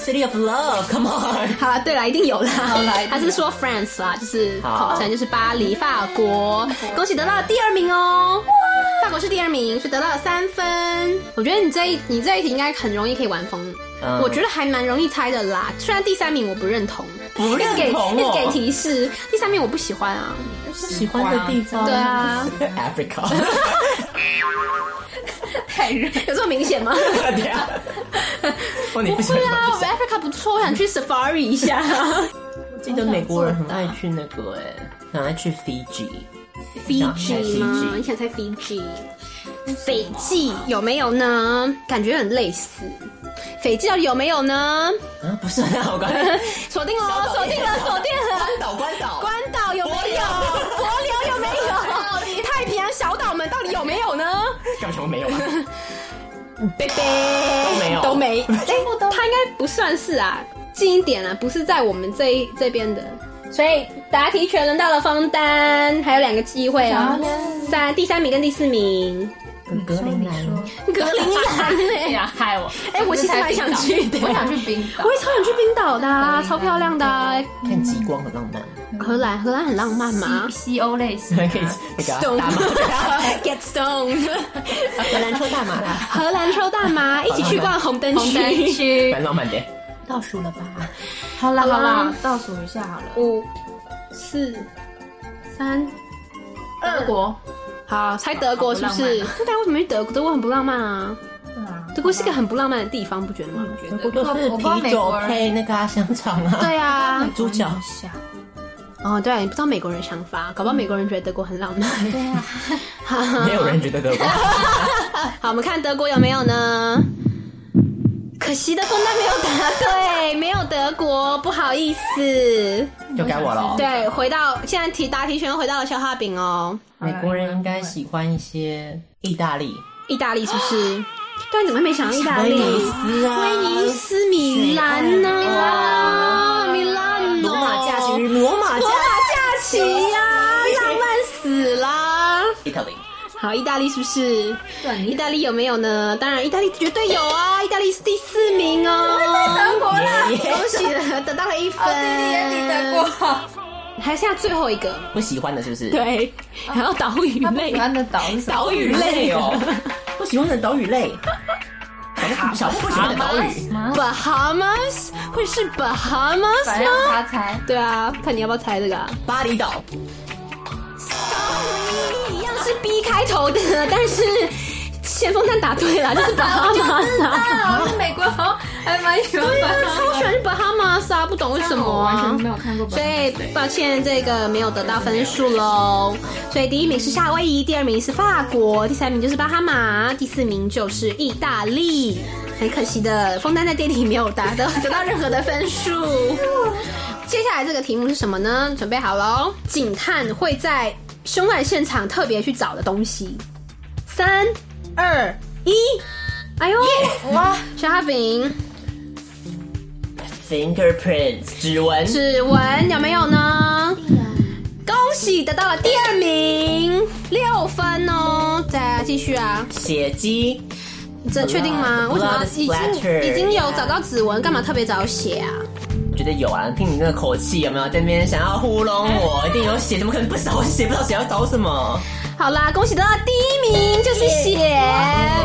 D: ，City of Love，Come on。
C: 好啦，对啦，一定有啦。好
E: 啦一定有
C: 他是说 France 啦，就是
D: 好
C: 口称就是巴黎，法国。恭喜得到了第二名哦！法国是第二名，是得到了三分。我觉得你这一你这一题应该很容易可以玩疯，
D: 嗯
C: 我觉得还蛮容易猜的啦。虽然第三名我不认同，
D: 不认
C: 一直给
D: 同哦
C: 一直给提示，第三名我不喜欢啊。
D: 喜欢的地方，
C: 对啊，
D: <laughs> ，Africa。
E: 太热。
C: <laughs> 有这么明显吗？
D: 对啊，哦，你不喜
C: 对啊，我
D: 欢
C: 们 Africa 不错，我想去 Safari 一下。
D: 记得美国人很爱去那个哎、很爱去 Fiji。
C: Fiji 吗？你想猜 Fiji？斐济有没有呢？感觉很类似。斐济到底有没有呢？
D: 啊，不是很好关。
C: 锁定了，锁定了，锁定了。
D: 关岛，关岛，
C: 关岛有没
D: 帛
C: 有？
D: 琉
C: 帛琉有没有？太平洋小岛们到底有没有呢？
D: 干什么没有
C: <laughs>
D: 啊？
C: 贝贝
D: 都没有
C: 都没。哎，它应该不算是啊，近一点啊，不是在我们这一这边的。所以答题权轮到了方丹，还有两个机会哦，三第三名跟第四名。
D: 格陵兰，
C: 格陵兰
E: 哎
C: 嘞、
E: 呀，害我！
C: 哎我其实蛮想去的
E: 我想去冰岛
C: 我。也超想去冰岛的、啊，超漂亮的、啊。
D: 看极光很浪漫，
C: 荷兰，荷兰很浪漫
E: <laughs>
C: 嘛。
E: 西欧类型
D: 还可以那个啊大麻，
C: get stoned，
D: 荷兰抽大麻啦，
C: 荷兰抽大麻，一起去逛红灯
E: 红灯
C: 区。
E: 区。
D: 蛮浪漫的。倒数了吧？
E: 好啦好
C: 好
E: 啦
C: 啦，
E: 倒数一下好了。
C: 五、四、三，
E: 德国，
C: 好，猜德国是不啊是？
E: 好
C: 那大家为什么去德国？德国很不浪漫啊。德国是个很不浪漫的地方，不觉得吗？
D: 德国都是啤酒配那个啊香肠啊，
C: 对啊，
D: 猪脚。
C: 哦，对啊，你不知道美国人想法，搞不好美国人觉得德国很浪漫。
E: 对啊，
C: 嗯
D: 没有人觉得德国。
C: <laughs> 好，我们看德国有没有呢？可惜的枫丹没有答对，没有德国，不好意思。
D: 就该我了哦。
C: 对，回到现在题答题权又回到了消化饼哦。
D: 美国人应该喜欢一些意大利、
C: 意大利是不是？对，你怎么没想到意大
D: 威
C: 利？
D: 尼斯啊、
C: 威尼斯、米兰呐、米兰、
D: 罗马假期、罗马
C: 罗
D: 假
C: 马假期呀、浪漫死啦！
D: 期，Italy。
C: 好，意大利是不是？
E: 对
C: 意大利有没有呢？当然，意大利绝对有啊！意大利是第四名哦。
E: 德国啦，
C: 恭喜了，得到了一分。
E: 奥地利也比德国 <laughs> 好。
C: 还剩下最后一个，
D: 不喜欢的是不是？，
F: 对，然后岛屿
E: 他不
F: 类
E: 喜，欢的岛是什么
F: 岛屿类
D: 哦，不喜欢的岛屿类，小布小布不喜欢的岛屿，
C: Bahamas 会是 Bahamas
E: 反正让
C: 吗？
E: 他猜。
C: 对啊，看你要不要猜这个、啊。
D: 巴厘岛，
C: 哦一样是 B 开头的，但是先锋蛋打对了，就是 <laughs> Bahamas 啊。
E: 啊，我是美国好像还蛮喜欢
C: 对啊
E: 的。
C: 超喜欢 Bahamas 啊，不懂为什么
E: 我完
C: 啊
E: 全。没有看过。
C: 所以抱歉，这个没有得到分数喽。所以第一名是夏威夷，第二名是法国，第三名就是巴哈马，第四名就是意大利。很可惜的，枫丹在电梯没有达到得到任何的分数。接下来这个题目是什么呢？准备好喽！警探会在凶案现场特别去找的东西。三、二、一，哎呦，哇！小哈饼，
D: fingerprints 指纹，
C: 指纹有没有呢？恭喜得到了第二名，六分哦！再来继续啊，
D: 血迹，
C: 这确定吗？
D: Blood
C: 为什么
D: splatter
C: 已经已经有找到指纹，干嘛特别找血啊？
D: 觉得有啊，听你那个口气有没有？在那边想要糊弄我，一定有血，怎么可能不找血？不知道血要找什么？
C: 好啦，恭喜得到第一名就是血，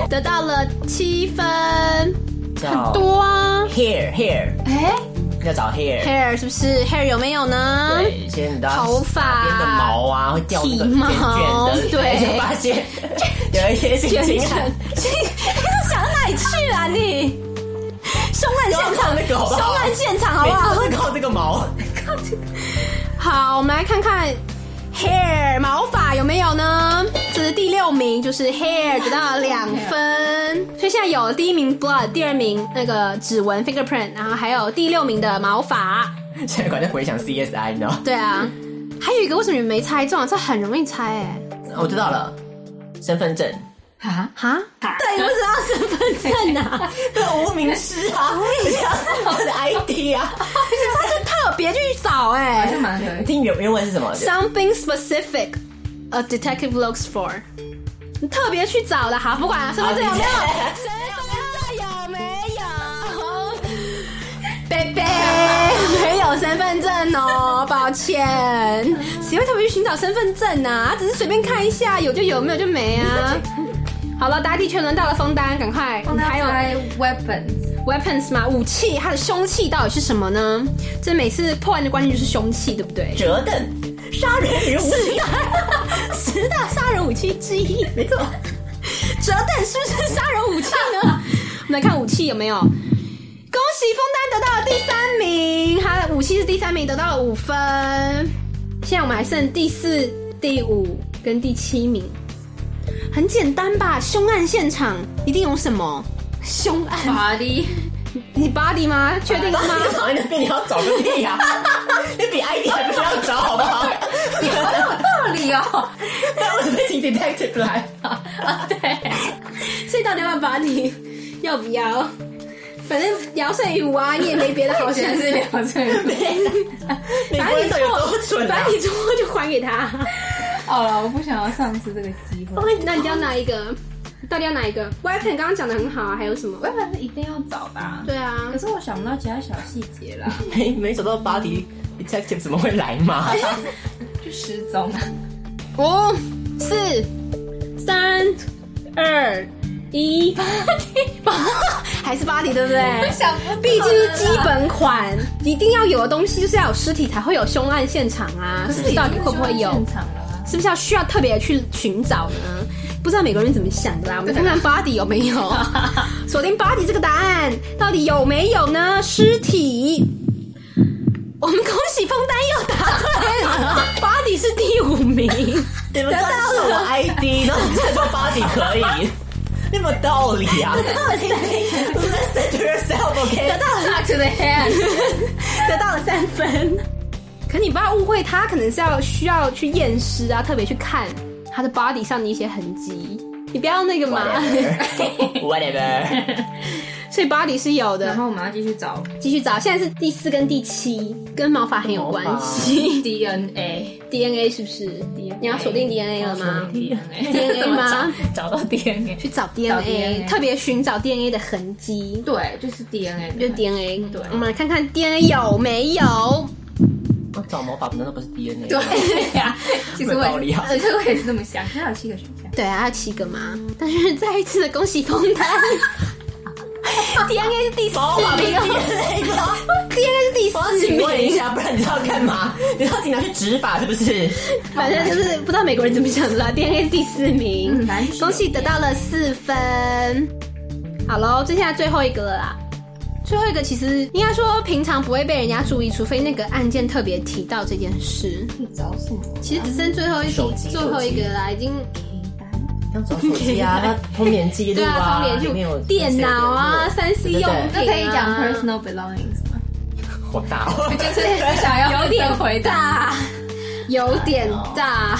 C: 得到了七分，
D: 叫
C: 多啊
D: hair hair，
E: 哎，
D: 要找 hair。
C: ！hair 是不是 hair 有没有呢？
D: 对，先你知道
C: 头发
D: 边的毛啊，会掉那个卷
C: 体毛
D: 卷的，<laughs>
C: 对
D: 就发现有一些啊性侵害，
C: 想到哪里去
D: <laughs>
C: 啊你？凶案
D: 不
C: 现
D: 要靠
C: 场，
D: 那个好不好
C: 凶案现场好
D: 每
C: 不
D: 次
C: 好
D: 都？是靠这个毛。
C: 好，我们来看看 hair 毛发有没有呢？这是第六名，就是 hair 得到了两 <laughs> 分，所以现在有了第一名 blood，第二名那个指纹 fingerprint，然后还有第六名的毛发。
D: <laughs> 现在管在回想 CSI，你知道？
C: 对啊，还有一个为什么你们没猜中啊？这很容易猜哎、
D: 哦我知道了，身份证，
E: 啊，
C: 哈，对，你不知道身份证啊，
D: 这 <laughs> 无名氏 <laughs> 啊，我的 ID 啊，
C: 他是特别去找哎、
E: 还是蛮合理。
D: 听原原文是什么？
C: Something specific a detective looks for，你特别去找的哈，不管了身份证有没有，
D: 好
C: <laughs> 身份证有没有？贝贝哎没有身份证哦，抱歉， <laughs> 谁会特别去寻找身份证啊？只是随便看一下，有就有，没有就没啊。好了，答题全轮到了封单，赶快，你还
E: 还有
C: 有
E: weapons，
C: weapons 吗？武器，它的凶器到底是什么呢？这每次破案的关键就是凶器，对不对？
D: 折凳，杀人于无形，
C: 十大杀人武器之一，没错。折凳是不是杀人武器呢？我们来看武器有没有。恭喜枫丹得到了第三名，他的武器是第三名，得到了五分。现在我们还剩第四、第五跟第七名，很简单吧？凶案现场一定有什么凶案？
E: 法力，
C: 你 body 吗？确定吗？
D: 然后你就躺在哎那边，你要找个屁 <laughs> 呀、你比 ID 还不是要找好不 <laughs> 好？
E: 道理哦。
D: 那为什么请 detective 来？
E: <laughs> 啊，对。
C: <laughs> 所以到底要不要 body？要不要？反正聊胜于无啊，你也没别的 <laughs> 好
E: 真
C: 选
E: 的
C: 择
E: 是。聊这个。
D: 美
C: 反
D: 国
C: 正你
D: 人到底有多
C: 错，
D: 蠢
C: 反
D: 啊
C: 正？你错就还给 <laughs> 他。哦
E: 好了，我不想要丧失这个机会。
C: 那你要哪一个？到底要哪一个？Weapon 刚刚讲的很好啊，还有什么？
E: weapons 一定要找的、啊。
C: 对啊
E: 可，是我想不到其他小细节 <laughs> 啦，
D: 没没找到 body detective 怎么会来 <laughs> 嘛？
E: 就失踪了。
C: 五、四、三、二、一，巴迪吧，还是巴迪对不对？
E: 想不
C: <laughs> 毕竟是基本款，一定要有的东西，就是要有尸体才会有凶案现场啊，是不是？到底会不会有？
E: 现场了啊？
C: 是不是要需要特别去寻找呢？不知道美国人怎么想的啦，我们看看 body 有没
E: <laughs>
C: 有锁定 body 这个答案，到底有没有呢？尸体，我们恭喜枫丹又答对了，body 是第五
E: <laughs>
C: 名，
D: 你们看是 <laughs> 我 ID，然后你再说 body 可 <laughs> 以，那有没有道理 <laughs> 啊？Listen to yourself, OK？
E: Back to the hand，
C: <laughs> 得到了三分。可你不要误会他，可能是要需要去验尸啊，特别去看他的
E: <laughs>
C: body 上的一些痕迹，你不要那个嘛。
D: Whatever，
C: 所以 body 是有
E: 然
C: 的。
E: 后我们要继续 <laughs> 找
C: 继续找，现在是第四跟第七，跟毛发很有关系。
E: DNA，DNA
C: DNA 是不是？你哎要锁定 DNA 了吗？
E: ？DNA
C: 吗？
E: 找到 DNA，
C: 去找
E: 找
C: DNA，
E: DNA
C: 特别寻找 DNA 的痕迹，
E: 对，就是 DNA，
C: 就 DNA。
E: 对
C: 我们来看看 DNA 有没有。
D: 我找毛发难道不是 DNA？吗
E: 对呀、其实我
D: 有道理
E: 也，
D: 啊
E: 其实我也是这么想。它有七个选项，
C: 对啊，还有七个嘛。但是再一次的恭喜枫丹 <laughs> ，DNA 是第四名哦，DNA 是第
D: 我
C: 四
D: 请
C: 名。哦
D: 问一下，不然你知道干嘛？你知道警察去执法是不是？
C: 反正就是不知道美国人怎么想的啦。DNA 第四名
E: 嗯反正就是，有
C: 恭喜得到了四分。好喽，接下来最后一个了啦。最后一个其实应该说平常不会被人家注意，除非那个案件特别提到这件事。
E: 可以找什么？
C: 其实只剩最
E: 啊
C: 后一
D: 手
C: 题，
D: 机
C: 最后一个啦，已经
D: 要找手机啊，那通联记录
C: 对啊，
D: 啊，
C: 通联
D: 里面有
C: 就电脑啊、三 C 用品、啊，
E: 那可以讲 personal belongings 吗？
D: 好大哦。
E: 就是想 <laughs> 要有点回答，
C: 大，有点大。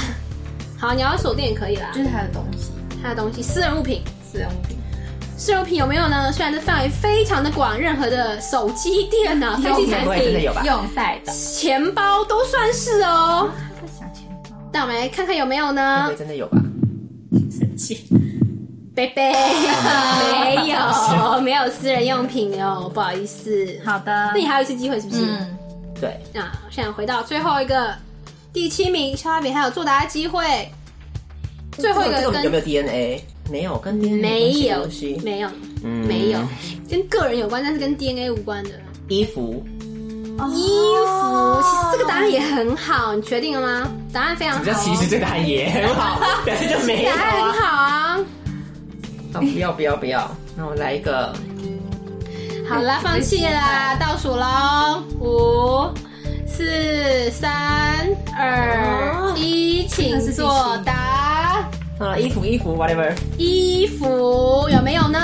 C: 好，你要锁定也可以啦，
E: 就是他的东西，
C: 他的东西，私人物品。
E: 私人物品。
C: 私人物品有没有呢？虽然这范围非常的广，任何的手机、电脑、三 C 产
D: 不会真的
C: 品、
D: 有吧？
E: 用赛的，
C: 钱包都算是哦。
E: 他想钱包，
C: 那我们来看看有没有
D: 会不
C: 呢
D: 会？真的有吧？
E: 生气，
C: 贝
D: <laughs>
C: 贝，没有，没有私人用品哦，不好意思。
E: 好的
C: 那你还有一次机会是不是？
E: 嗯，
D: 对，
C: 那现在回到最后一个第七名，肖阿饼还有作答的机会。最后一
D: 这
C: 个
D: 个有没有
C: 跟
D: DNA？没有，跟 DNA
C: 没有
D: 东西，
C: 没有，
D: 嗯
C: 没有，跟个人有关，但是跟 DNA 无关的。
D: 衣服，
C: 衣服，其实这个答案也很好，你确定了吗？答案非常
D: 比较
C: 好
D: 其
C: 哦，
D: 实这个很也很好，表示就没有
C: <laughs> 答案
D: 啊
C: 很。好啊。
D: 哦不要不要不要，那我来一个，
C: 好啦，放弃啦，倒数喽，五、四、三、二、一，请作答。
D: 好了，衣服衣服 whatever，
C: 衣服有没有呢？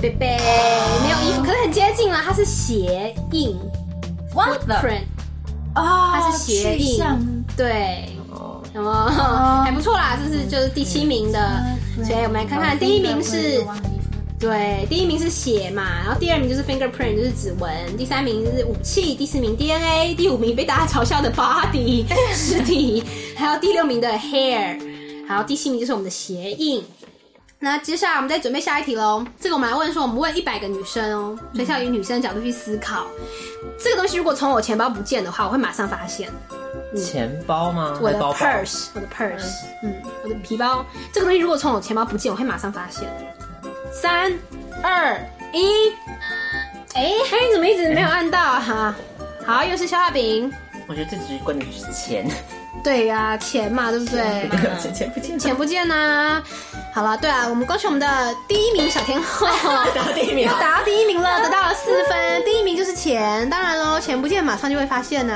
C: 贝贝没有衣服，可是很接近了，它是鞋印
E: What the-
C: print，
E: 哦，
C: 它是鞋印，对，
D: 哦，
C: 哦，还不错啦，这是就是第七名的，所以我们来看嗯看，第一名是对，第一名是血嘛，然后第二名就是 fingerprint，就是指纹，第三名是武器，第四名 DNA，第五名被大家嘲笑的 body 尸体，还有第六名的 hair，还有第七名就是我们的鞋印。那接下来我们再准备下一题喽。这个我们来问说，我们问一百个女生哦，所以是要以女生的角度去思考。这个东西如果从我钱包不见的话，我会马上发现。
D: 钱包吗？
C: 我的
D: 包包
C: purse，我的 purse，嗯，我的皮包，这个东西如果从我钱包不见，我会马上发现。三、二、一，哎、哎，你怎么一直没有按到啊哈、好，又是消化饼。
D: 我觉得最直观的就是钱，
C: 对呀、钱嘛，对不对？
D: 钱钱不见了，
C: <laughs> 嗯钱不见呐、好了，对啊，我们恭喜我们的第一名小天后。
D: <laughs> 打到第一名
C: <laughs> 又，打到第一名了，得到了四分。第一名就是钱，当然喽，钱不见马上就会发现呐、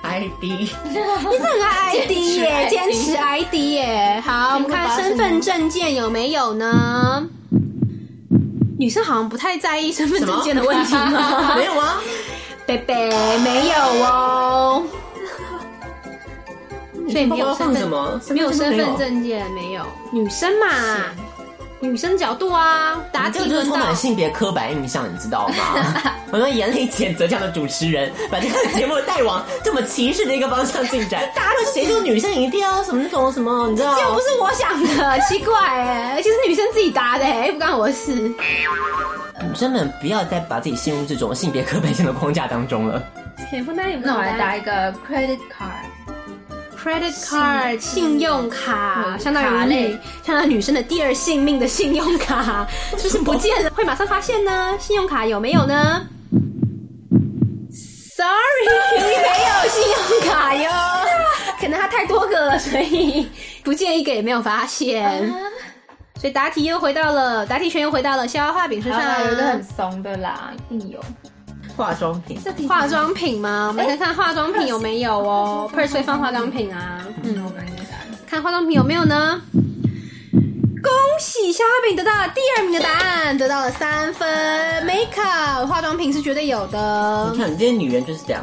C: 啊
D: ，ID，
C: <laughs> 你这个 ID 耶，坚
E: 坚
C: 持
E: 持
C: ID 耶。好，我们看身份证件有没有呢？女生好像不太在意身份证件的问题 <laughs> 吗？
D: 没有啊，
C: 贝贝没有 <laughs> 哦，所以
D: 包
C: 没有
D: 包
C: 身
D: 放什
C: 份，
D: 么？
C: 没有身份
D: 都没有，
C: 证件，没有女生嘛，女生角度啊，答
D: 这个就是
C: 题轮
D: 充
C: 到
D: 满性别刻板印象，你知道
C: <laughs>
D: 吗？我们严厉谴责这样的主持人，把这个节目带往这么歧视的一个方向进
C: <laughs>
D: 展。那谁说女生一定要什么那种什么？你知道？
C: 又不是我想的，奇怪哎、而且是女生自己答的哎、不干我的事。
D: 女生们不要再把自己陷入这种性别刻板性的框架当中了。
C: 田馥甄有没有
E: 那我来打一个 credit card，
C: credit card 信用卡，
E: 嗯
C: 相当于
E: 卡
C: 女
E: 类
C: 相当于女生的第二性命的信用
E: <laughs>
C: 卡，就是不见了，会马上发现呢。信用卡有没有呢？Sorry，你没有信用
E: <laughs>
C: 卡哟，可能它太多个了，所以不见一个也没有发现。
E: 嗯
C: 所以答题又回到了答题权又回到了消化饼身
E: 好啦，
C: 上，
E: 啊有一个很怂的啦，一定有。
D: 化妆品，
E: 这题
C: 化妆品吗？我们
E: 哎
C: 看看化妆品有没有哦，purse 会放化妆品啊。
E: 嗯，我感觉答案
C: 看化妆品有没有呢？恭喜小哈饼得到了第二名的答案，得到了三分。Makeup 化妆品是绝对有的
D: 你，看，这些女人就是这样。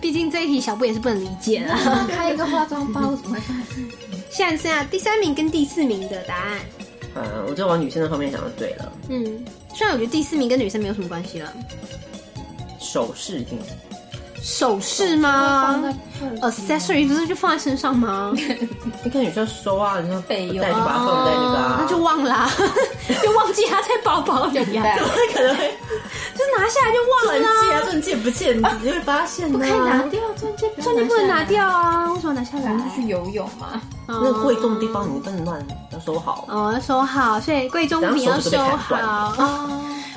C: 毕竟这一题小布也是不能理解啊
E: <laughs>
C: 的。
E: 开一个化妆包怎么会放？
C: 现在剩下第三名跟第四名的答案，
D: 呃，我就往女生那方面想就对了。
C: 嗯，虽然我觉得第四名跟女生没有什么关系了，
D: 首饰品，
C: 首饰
E: 放
C: 吗
E: 在后
C: ？accessory 不是就放在身上吗？
D: 你跟女生收啊，你说
E: 备用
D: 带就把它放在那个啊，
C: 那就忘了、啊， <laughs> 就忘记它在包包里啊呀、
D: <laughs>
E: 袋
D: 那可能会
C: 就拿下来就忘
D: 钻
C: 了、
D: 戒啊，
C: 啊。
D: 钻戒不见你会发现
C: 不
D: 的
C: 可以拿
D: 啊。
C: 掉钻戒，钻
E: 要拿下来
C: 戒不能拿掉啊！为什么要拿下来？哦
E: 反正就是游泳嘛，
C: 那
D: 那个贵重的地方你不能乱，要收好。
C: 哦，要收好，所以贵重品要收好，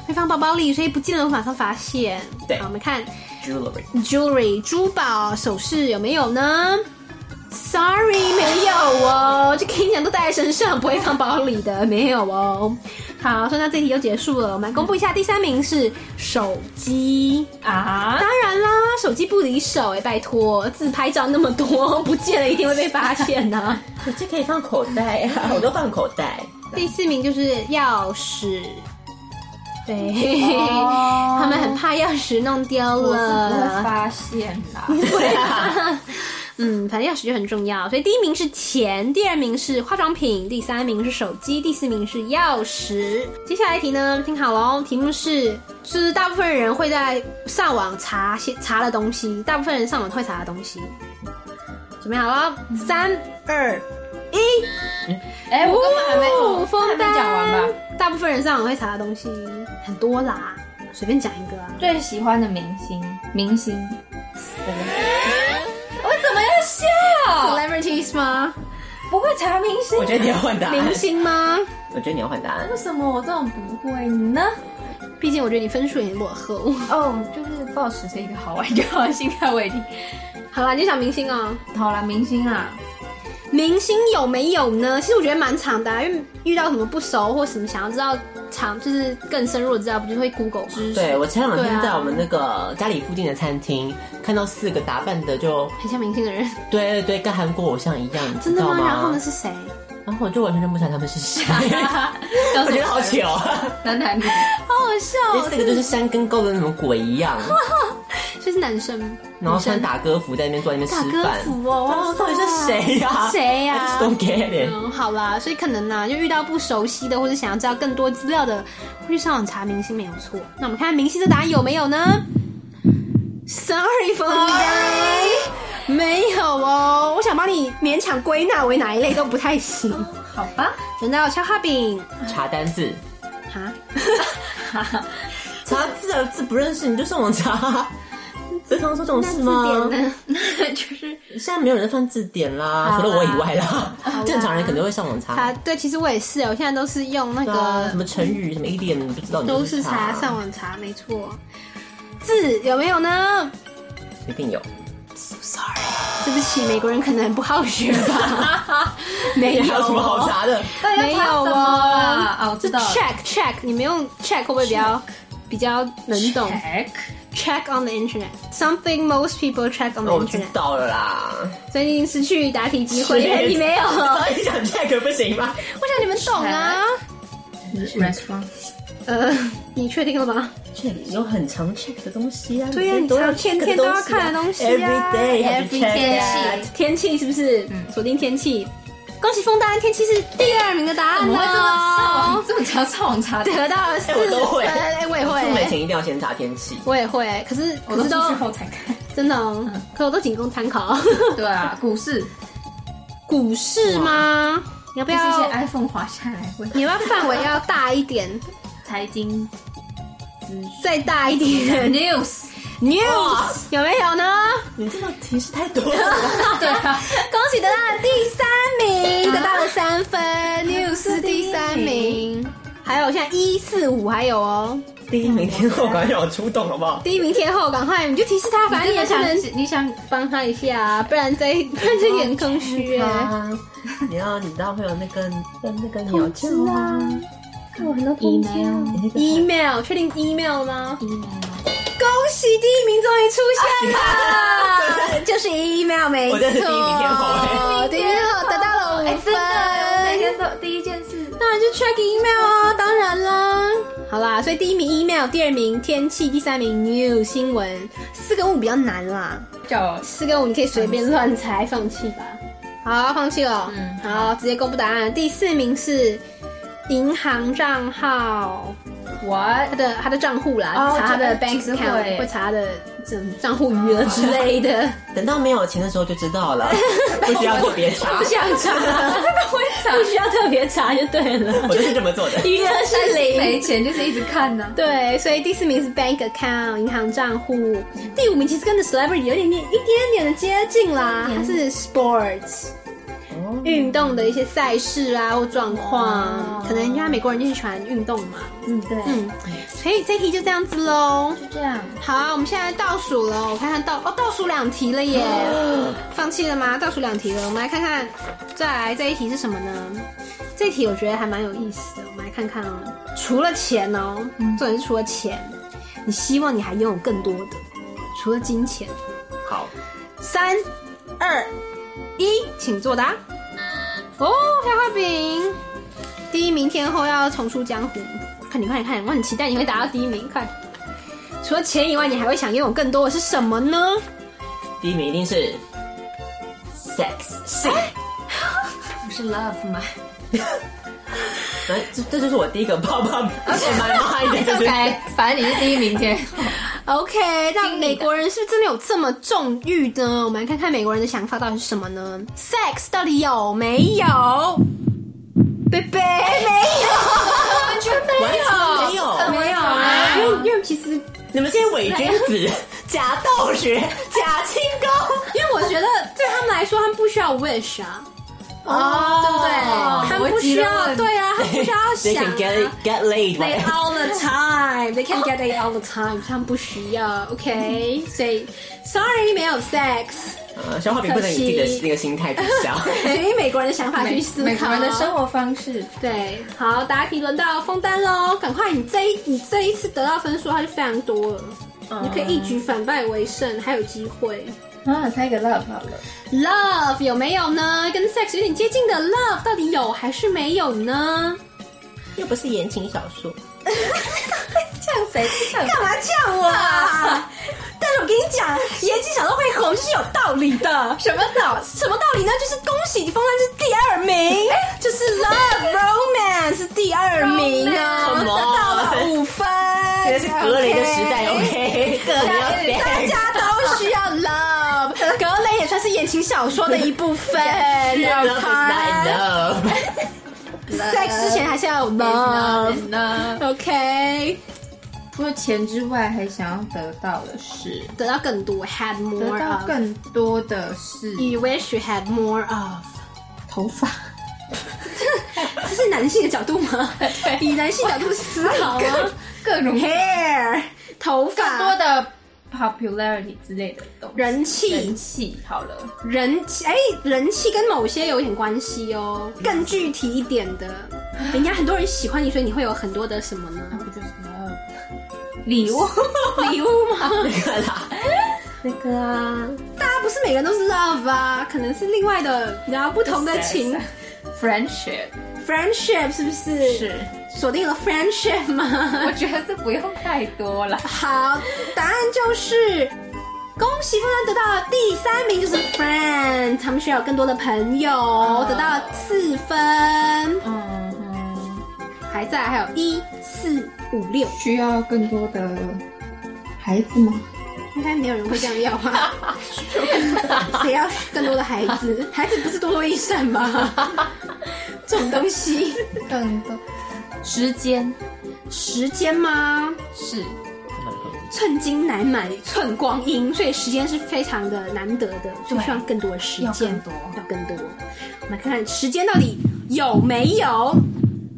C: 会放包包里，所以不见了我马上发现。
D: 对
C: 好我们看
D: Jewelry，
C: jewelry 珠宝首饰有没有呢？Sorry，没有哦，就跟你讲都带在身上，不会放包里的，没有哦。好，所以那这题就结束了。我们来公布一下，第三名是手机。
E: 啊
C: 当，然啦，手机不离手哎、拜托，自拍照那么多， <laughs> 不见了一定会被发现啊呐、
D: 手机可以放口袋啊， <laughs> 我都放口袋。
C: 第四名就是钥匙，对，他们很怕钥匙弄丢
E: 哦我是不会
C: 了。
E: 发现啦。
C: <laughs>
E: 啊
C: 嗯，反正钥匙就很重要，所以第一名是钱，第二名是化妆品，第三名是手机，第四名是钥匙。接下来一题呢，听好喽，题目是，就是大部分人会在上网查些查的东西，大部分人上网会查的东西。准备好了，三二一。
E: <laughs> 哎，我根本还没，
C: 哦
E: 我
C: 封
E: 还没
C: 单
E: 讲完吧。？
C: 大部分人上网会查的东西很多啦，随便讲一个啊。
E: 最喜欢的明星，明星，啊我怎么要笑？
C: Celebrities 吗？
E: 不会查明星
D: 我？觉得你要换答案
C: 明，星吗？
D: 我觉得你要换答案
E: 为。什么我这种不会呢？
C: 毕竟我觉得你分数有点落后。
E: 哦，就是抱持着一个好玩就好的 <laughs> 心态，我已经
C: 好啦，你就想明星啊、
E: 好啦，明星啊啦，
C: 明星有没有呢？其实我觉得蛮长的、啊，因为遇到什么不熟或什么想要知道长就是更深入的资料，不就是会 Google 吗？
D: 对，我前两
C: 对
D: 天
C: 啊
D: 在我们那个家里附近的餐厅看到四个打扮的就
C: 很像明星的人，
D: 对对对，跟韩国偶像一样，你
C: <laughs> 真
D: 知
C: 的
D: 道
C: 吗？
D: 吗？
C: 然后呢是谁？
D: 然后我就完全认不出来他们是
C: <laughs>
D: 谁，<laughs>
E: 我
D: 我觉得好糗啊！
E: 男男女，
C: 好好笑
D: 这 <laughs>
C: 哦，
D: 四个就是山跟沟的那种鬼一
C: <laughs>
D: 样，
C: 所以是男生
D: 然后穿打歌服在那边坐在那
C: 打
D: 边吃
C: 歌
D: 饭。
C: 服哦，
D: 哇
C: 哇
D: 到底是谁呀？哎
C: 谁呀、
D: I just don't get it。
C: 嗯，好啦，所以可能呢、就遇到不熟悉的，或者想要知道更多资料的，会去上网查明星没有错。那我们看看明星的答案有没有呢？Sorry for me，没有哦。我想帮你勉强归纳为哪一类都不太行。
E: 好吧，
C: 轮到敲画饼
D: 查单字，
C: 啊，
D: 查字啊，字不认识你就上网
C: <laughs>
D: 查。不是常说这种事吗？
E: 嗯就是
D: 现在没有人在翻字典啦，
C: 好啦啊
D: 除了我以外啦
C: 啦。
D: 正常人肯定会上网查，，
C: 啊对，其实我也是，我哦现在都是用那
D: 对啊，什
C: 个，
D: 么成语、什么 idiom 你不知道，你就
C: 都是查上
D: 网，
C: 网查，没错。字有没有呢？
D: 一定有。
C: 对不起，美国人可能不好学
D: <laughs>
C: 吧，没有
D: 还有什么好
C: 哦。
D: 查的？
E: 到底
C: 没
E: 要
C: 有
E: 查什么
C: 哦
E: 啊？哦，我
C: 就
E: 知道了
C: check check，你们用 check 会不会比较比较能懂
E: Check
C: ？Check on the internet, something most people check
D: 那
C: on the
D: 我知
C: internet。
D: 道了啦。
C: 所以你已经失去答题机会，因为你没 <laughs> 有。我
D: 所以想 check 不行吗？
C: 想你们懂啊。
E: restaurant，
C: 呃，你确定了吗？
D: 这里有很常 check 的东西啊，
C: 对呀
D: 每都要
C: 你常
D: check
C: 天天都要看的东西啊
D: Every day have to
E: Every
D: check 啊
E: day
D: that
C: 天气是不是？锁定天气。恭喜枫丹，天气是第二名的答
E: 怎
C: 案
E: 么会这么上
C: 哦
E: 网，这么常上网查的？
C: 得到了四
D: 哎，我都会，
C: 分。哎，我也
D: 出门
C: 会，
D: 前一定要先查天气。
C: 我也会。可是
E: 我
C: 可
E: 都
C: 是
E: 是
C: 都
E: 之后才看。
C: 真的哦，可我都仅供参 <laughs> 考。
E: 对啊，股 <laughs> 市
C: 股市吗？你要不
E: 就是一些
C: 要？
E: iPhone 滑下来会
C: 你要不要范围要大一点，
E: <laughs> 财经
C: 再大一 <laughs> 点
E: news，
C: ？News 有没有呢？
D: 你这个提示太多了，
E: <laughs> 对啊，
C: 恭喜得到了第三名，得到了三分。News 第三名，还有现在一四五还有哦。
D: <laughs> 第一名天后赶快让我出动好不好？
C: 第一名天后，赶快你就提示他，反正你也不能
E: 你想
C: 帮他一下啊，不然这不然这有点空虚哎。
D: 啊，你要你知道会有那个那个鸟叫啊，你
E: email
D: 那个
C: Email 确定 email 吗？
E: email，
C: 恭喜第一名终于出现了， <laughs> 就是 email 没错，
D: 我真的是第一名天后
C: <laughs> 后，第一名天后得到
E: 哎
C: 了五，
E: 真
C: 分，
E: 的，我每天都第一件事
C: 当然就 check email 啊，当然啦。好啦，所以第一名 email，第二名天气，第三名 new 新闻，四跟五比较难啦，
E: 叫
C: 四跟五你可以随便乱猜，放弃吧。好，放弃了。
E: 嗯
C: 好，直接公布答案。第四名是银行账号，
E: 我
C: 他的他的账户啦，
E: 哦
C: 查他的
E: 这
C: bank
E: 这
C: account，
E: 会
C: 会查他的这账户余额之类的，
D: 等到没有钱的时候就知道 <laughs> 了，不需要特别查
E: 不，想查，啊 <laughs> 真的会查，
C: <laughs> 不需要特别查就对了，
D: 我 <laughs> 就是这么做的。
C: <laughs> 余额 <laughs> 是零。
E: 没钱就是一直看呢、
C: 对，所以第四名是 bank account 银行账户，第五名其实跟 the celebrity 有点点一点点的接近啦，它是 sports。运动的一些赛事啊，或状况，可能人家美国人就很喜欢运动嘛，
E: 嗯，对，
C: 嗯，所以这题就这样子喽。
E: 这样。
C: 好，我们现在倒数了，我看看倒哦，倒数两题了耶，放弃了吗？倒数两题了，我们来看看，再来这一题是什么呢？这一题我觉得还蛮有意思的，我们来看看哦。除了钱哦，重点是除了钱，你希望你还拥有更多的，除了金钱。
D: 好，
C: 三、二、一，请作答。哦，开花饼，第一名天后要重出江湖，看你快点看，我很期待你会达到第一名，快！除了钱以外，你还会想拥有更多的是什么呢？
D: 第一名一定是 sex，性，
E: 不是 love <laughs> 吗？
D: 来，哎这这就是我第一个泡 <laughs> 泡 in my mind，就是
E: OK，反 <laughs> 正你是第一名天。
C: OK，那美国人是不是真的有这么纵欲呢？我们来看看美国人的想法到底是什么呢？Sex 到底有没有？贝贝
E: <laughs>
C: 没
E: 完全没
D: 完全没有，
E: 没有啊！
C: 有，因为因为其实
D: 你们这些伪君子、假道学、假清高。
C: 因为我觉得对他们来说，他们不需要 wish 啊，
E: 哦，对不对？
C: 他们不需要，对啊，他们不需要
E: <laughs>
D: They
C: 想
D: can get
C: 啊。
D: get laid，
C: They all the time, they can get it all the time，他们不需要，OK？所以，sorry，没有 sex。
D: 呃，消化饼不能以自己的
C: 可惜
D: 那个心态去 <laughs> 消。
C: 所以美国人的想法去思考，
E: 美国人的生活方式，
C: 对，好，答题轮到枫丹喽，赶快，你这一你这一次得到分数，它就非常多了，
E: 嗯
C: 你可以一举反败为胜，还有机会。
E: 啊，猜一个 love 好了。
C: Love 有没有呢？跟 sex 有点接近的 love 到底有还是没有呢？
D: 又不是言情小说，
E: 像谁？像
C: 干嘛呛我啊？ <laughs> 但是我跟你讲，言情小说会红就是有道理的。
E: 什么脑？
C: 什么道理呢？就是恭喜你，风浪是第二名，就是 Love Romance 是第二名啊，
D: Romance
C: 得到了五分。
D: 这是格雷的时代，OK？我 <laughs> 们要 <laughs>
C: 哎大
D: sex，
C: 家都需要 love，格雷也算是言情小说的一部分。
D: love is not enough。
C: sex 之前还是要有
D: 嗯 <laughs>
C: love。
E: 呢？
C: OK，
E: 除了钱之外，还想要得到的是，
C: 得到更多，had
E: 得
C: more
E: 到
C: of。
E: 更多的是
C: You wish you had more of。
E: 头发。
C: 这是男性的角度吗？以男性角度思考吗
E: 各种
C: ？Hair，头
E: 更多
C: 发，
E: 的 popularity 之类的东西，
C: 人气
E: 人气好了，
C: 人气，哎，人气跟某些有点关系哦。更具体一点的，人家很多人喜欢你，所以你会有很多的什么
E: 那
C: 呢？
E: 不就是呃 <laughs> 礼物？
C: <laughs> 礼物吗？那个啊，大家不是每个人都是 love 啊，可能是另外的，然后不
E: <laughs>
C: 同的情
E: friendship
C: friendship 是不是？
E: <laughs> 是，
C: 锁定了 friendship <laughs> 吗？
E: 我觉得是不用太多了。
C: 好，答案就是恭喜枫丹得到第三名，就是 friend，他们需要有更多的朋友，得到四分，
E: <laughs> 嗯哼，
C: 还在还有一四五六，
E: 需要更多的孩子吗？
C: 应该没有人会这样要吧？谁要更多的孩子？孩子不是多多益善吗？这种东西，
E: 更多时间
C: 时间吗？
E: 是
C: 寸金难买寸光阴，所以时间是非常的难得的，所以需要更多的时
E: 要
C: 间，
E: 更多
C: 要更多。我们来看看时间到底有没有。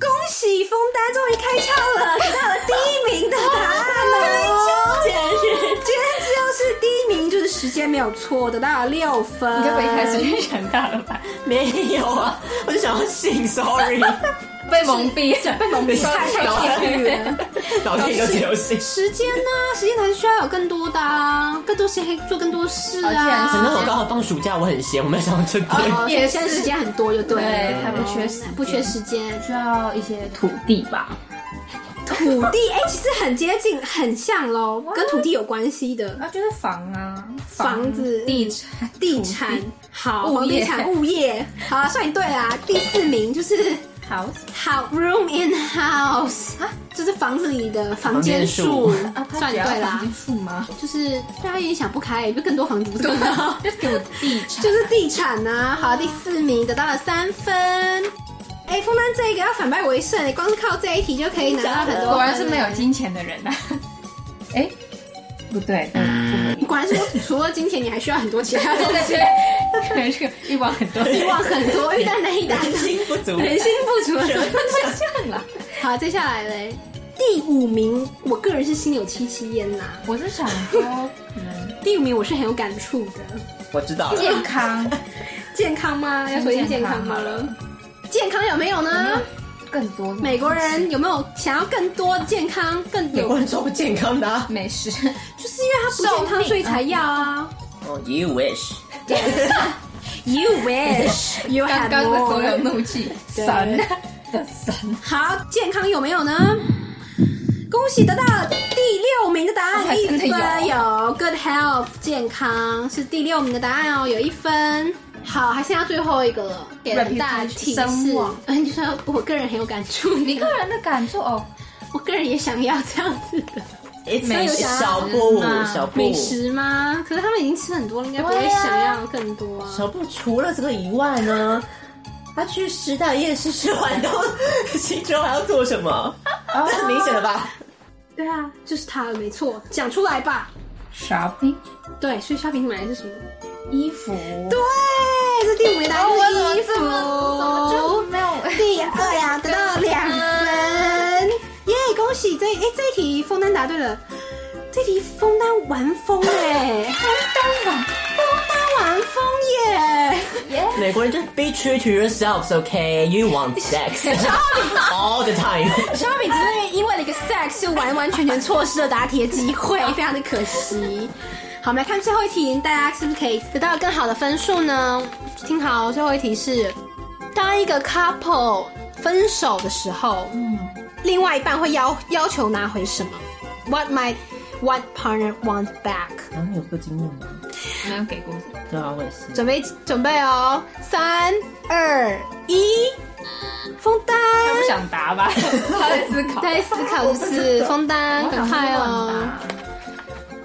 C: 恭喜枫丹终于开窍了，得到了第一名的答案了。
D: 竟然是
C: 今天就是第一名，就是时间没有错，得到了六分。
E: 你就被开始就想到了 <laughs> 吧？
D: 没有啊，我就想要性，sorry， <laughs>
E: 被蒙蔽，被蒙
D: 蔽
E: <laughs> 太太偏
C: 太地狱
E: 远。
C: 了。
D: 老天都只有性。
C: 时间呢、时间还是需要有更多的啊，更多时间可以做更多事
E: 而且
C: 啊。
E: 很
D: 可能我刚好放暑假，我很闲，我没有想到这边。
C: 哦，
E: 也
C: 也现在
E: 是
C: 时间很多就对了，
E: 啊对他不缺时间
C: 哦不缺时间。
E: 需要一些土地吧？
C: 土
E: <laughs>
C: 地，哎、其实很接近，很像喽，跟土地有关系的
E: 啊，就是房啊，
C: 房子、
E: 地产、
C: 地产，好，
E: 物
C: 房地
E: 业
C: 产、物业，好啊，算你对啦。第四名就是
E: house
C: 好，room in house 啊，就是房子里的房间数
E: 啊，他
C: 算
E: 只要
C: 对
E: 放
C: 啦
E: 进。数 <laughs> 吗？
C: 就是大家有点想不开，就更多房子不是更好，
E: 就给我地产，
C: 就是地产呐、好，第四名得到了三分。哎、风丹这一个要反败为胜，你光是靠这一题就可以拿到很多分了。
E: 哎果然是没有金钱的人呐、啊 <laughs> 哎、不对，嗯，
C: 果然是除了金钱，你还需要很多其他东
E: 不
C: 西，
E: 对，可能是个欲望很多，
C: 欲 <laughs> 望很多，遇难难以达到，
D: 不足
C: 人心不足。
E: 太像了。
C: 好，接下来嘞，第五名，我个人是心有戚戚焉呐。
E: 我是想说，可能
C: 第五名我是很有感触的，
D: 我知道了。
E: 健康
C: 健康吗？要说一定健康好了。健康有没有呢？
E: 更多
C: 美国人有没有想要更多健康？更
D: 美
C: 有
D: 国，人超不健康的、啊。
E: 美
C: <laughs>
E: 食，
C: 就是因为他不健
E: 寿
C: 康，
E: 命
C: 所以才要啊。
D: 哦、y o u wish。
C: <laughs> You wish you
E: 刚
C: had
E: 刚的所有
C: more。
E: 怒气，
C: 对
E: 神的神，啊
C: 好，健康有没有呢？恭喜得到第六名的答
E: 哦
C: 案，
E: 还
C: 一
E: 真的
C: 分
E: 有
C: 有 good health 健康是第六名的答案哦，有一分。好，还剩下最后一个了，给了大
E: Reputation，
C: 提
E: 声
C: 示 <laughs>
E: 望。
C: 嗯，就说我个人很有感触，你
E: 一个人的感触哦，
C: 我个人也想要这样子的
D: It's
E: 美食啊
D: 小布
E: 嗯，啊
D: 小布，
C: 美食吗？可是他们已经吃很多了，应该不会
E: 对啊
C: 想要更多啊。
D: 小布除了这个以外呢，他去师大夜市吃完都心中还要做什么？这很明显了吧？
C: 对啊，就是他了，没错，讲出来吧。
E: shopping
C: 对，所以 shopping 买的是什么？
E: 衣服，
C: 对，这第五名答
E: 哦我
C: 案
E: 怎
C: 是衣
E: 么
C: 服。
E: 这
C: 哦
E: 么怎么就没有？
C: <laughs> 第二呀，得到两分，耶！恭喜这哎这一题枫丹答对了，这题枫丹玩疯哎，枫丹玩疯耶！
D: 美国人就是 be true to yourselves, OK? You want sex all the time.
C: 小饼只是因为了一个 sex 就完完全全错失了答题的机会，非常的可惜。好，我们来看最后一题，大家是不是可以得到更好的分数呢？听好，最后一题是：当一个 couple 分手的时候，嗯，另外一半会要要求拿回什么？What might what partner want back？
D: 然后有过经验吗？
E: 没有给过，
D: 对啊，我也是。
C: 准备准备哦，三二一，枫丹。
E: 他不想答
C: <laughs>
E: 吧？他在思考，
C: 在思考的是枫丹，赶快哦！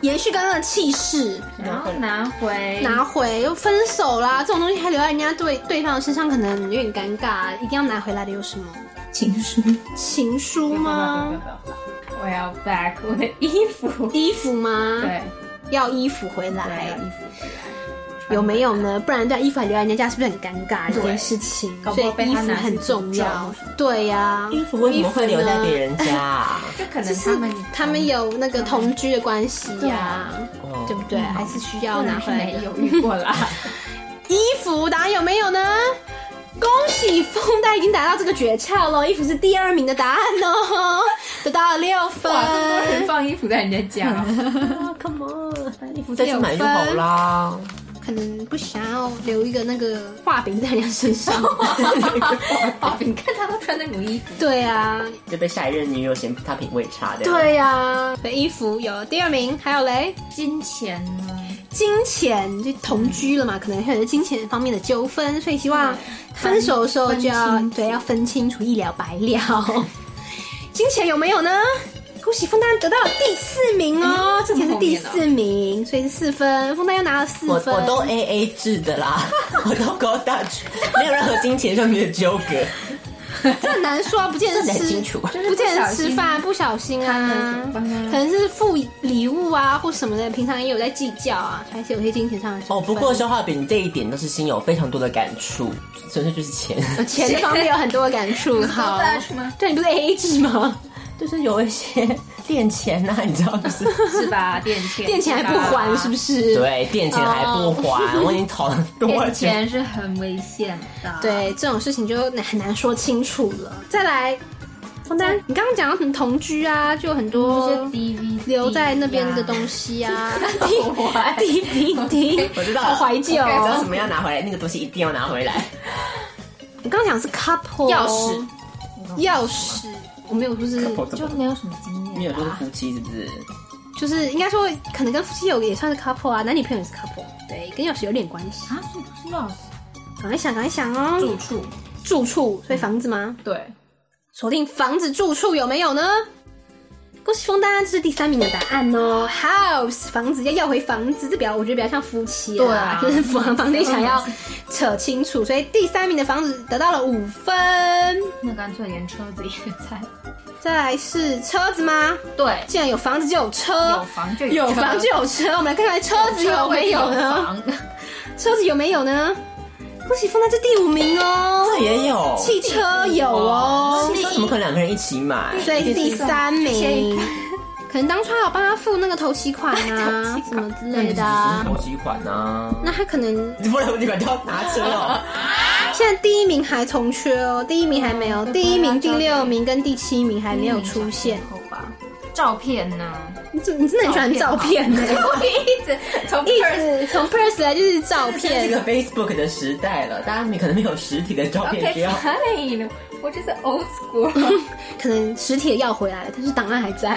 C: 延续刚刚的气势，
E: 然后拿回
C: 拿回又分手啦，这种东西还留在人家对对方身上，可能有点尴尬，一定要拿回来的有什么？
E: 情书
C: 情书吗？
E: 我要 back 我的衣服，
C: 衣服吗？
E: 对，
C: 要衣啊服回
E: 对，
C: 来
E: 要，衣服回来，
C: 有没有呢？不然对衣服还留在人家家，是不是很尴尬一件事情？
E: 搞不
C: 所以
E: 好被
C: 衣
E: 他
C: 服
E: 拿去
C: 很重要
E: 撞。
C: 对啊呀，
D: 衣服为什么会留在别人
C: 人？
D: 家啊？
E: 就可能
C: 就是
E: 他们啊
C: 他们有那个同居的关系呀，
D: 哦
C: 对不对？
E: 嗯
C: 还是需要
E: 我
C: 拿
E: 拿回
C: 回
E: 来
C: 来的
E: 也。有遇过
C: <laughs>
E: 啦，
C: 衣服答案有没有呢？恭喜风袋已经达到这个诀窍了，衣服是第二名的答案哦，得到了六分。
E: 哇，这么多人放衣服在人家
C: <laughs>
E: 家，
D: 啊，Come on，把衣服再去买就好啦。
C: 可能不想要留一个那个画饼在人家
E: <laughs>
C: 身上。
E: 哦，你看他都穿那种衣服，
C: 对啊，
D: 就被下一任女友嫌他品味差的。，
C: 对啊，所以衣服有第二名，还有嘞，
E: 金钱呢？
C: 金钱就同居了嘛，可能会有金钱方面的纠纷，所以希望分手的时候就要
E: 分清楚
C: 对要分清楚，一了百了。 <laughs> 金钱有没有呢？恭喜枫丹得到第四名哦，这
E: 这么
C: 题是
E: 后面的
C: 第
E: 哦
C: 四名，所以是四分，枫丹又拿了四
D: 我
C: 分。
D: 我都 A A 制的啦， <laughs> 我都 Go Dutch，没有任何金钱上面的纠葛。
C: <laughs> 这很难说啊，不见得 <laughs>
D: 这很
C: 是
D: 清楚
E: 就是
C: 不见
E: 不
C: 得
E: 小
C: 吃
E: 心
C: 饭不小心啊，
E: 贪了什么
C: 可能是付礼物啊或什么的，平常也有在计较啊，还是有些金钱上的纠纷
D: 哦，不过消化饼这一点都是心有非常多的感触，纯粹就是 <laughs> 钱，
C: 钱方面有很多的感触。好
E: Dutch 吗，
C: 对，你不是 A A 制吗？
D: 就是有一些垫钱呐、你知道就是？
E: 是吧？垫钱，
C: 垫钱还不还，是不
E: 是？
C: 是？
D: 对，垫钱还不还，我已经讨论多少
E: 哦垫
D: 钱？
E: 钱是很危险的，，
C: 对，这种事情就很难说清楚了。再来，枫丹，你刚刚讲到什么同居啊，就有很
E: 就
C: 多
E: 是 DVD
C: 留在那边的东西啊 <laughs> ，DVD，
D: 我知道
C: 好
D: 了，
C: 怀旧
D: 我知道
C: 哦
D: 什。么要拿回来，那个东西一定要拿回来。
C: 你刚刚讲是 couple
E: 钥匙，
C: 钥匙，我没有说是，
E: 就没有什么经验，
D: 没有都是夫妻，是不是？
C: 就是应该说可能跟夫妻有也算是 couple 啊，男女朋友也是 couple，对，跟钥匙有点关系。
E: 啊，所以不是钥匙，
C: 赶快想，赶快想哦。
E: 住处
C: 住处，所以房子吗？
E: 对，
C: 锁定房子住处有没有呢？恭喜封丹，这是第三名的答案哦。House 房子要要回房子，这比较我觉得比较像夫妻
E: 对
C: 啦
E: 啊
C: 就是房房地产要扯清楚，所以第三名的房子得到了五分。
E: 那干脆连车子也在。
C: 再来是车子吗？
E: 对，
C: 既然有房子就有车，
E: 有房就
C: 有
E: 车
C: 房就有车。我们来看看车子有没有呢？
E: 房？
C: 车子有没有呢？恭喜封丹，这第五名哦。
D: 这也有。
C: 汽车有哦，
D: 汽车怎么可能两个人一起买？
C: 所以是第三名。可能当初还有帮他付那个 <laughs> 头期款啊，什么之类的啊。
D: 投几款呢？
C: 那他可能
D: 你不能你们都要拿车哦。
C: 现在第一名还重缺哦，第一名还没有，第一名、第六名跟第七名还没有出现。
E: 好吧？照片呢？
C: 嗯你怎你真的很喜欢照片呢？
E: <laughs> 我一直从
C: 一直 <laughs> 从 purse 来就是照
D: 这
C: 片
D: 个，Facebook 的时代了，大家可能没有实体的照片，不
E: OK
D: 要
E: fine，我就是 old school，
C: <laughs> 可能实体的要回来了，但是档案还在，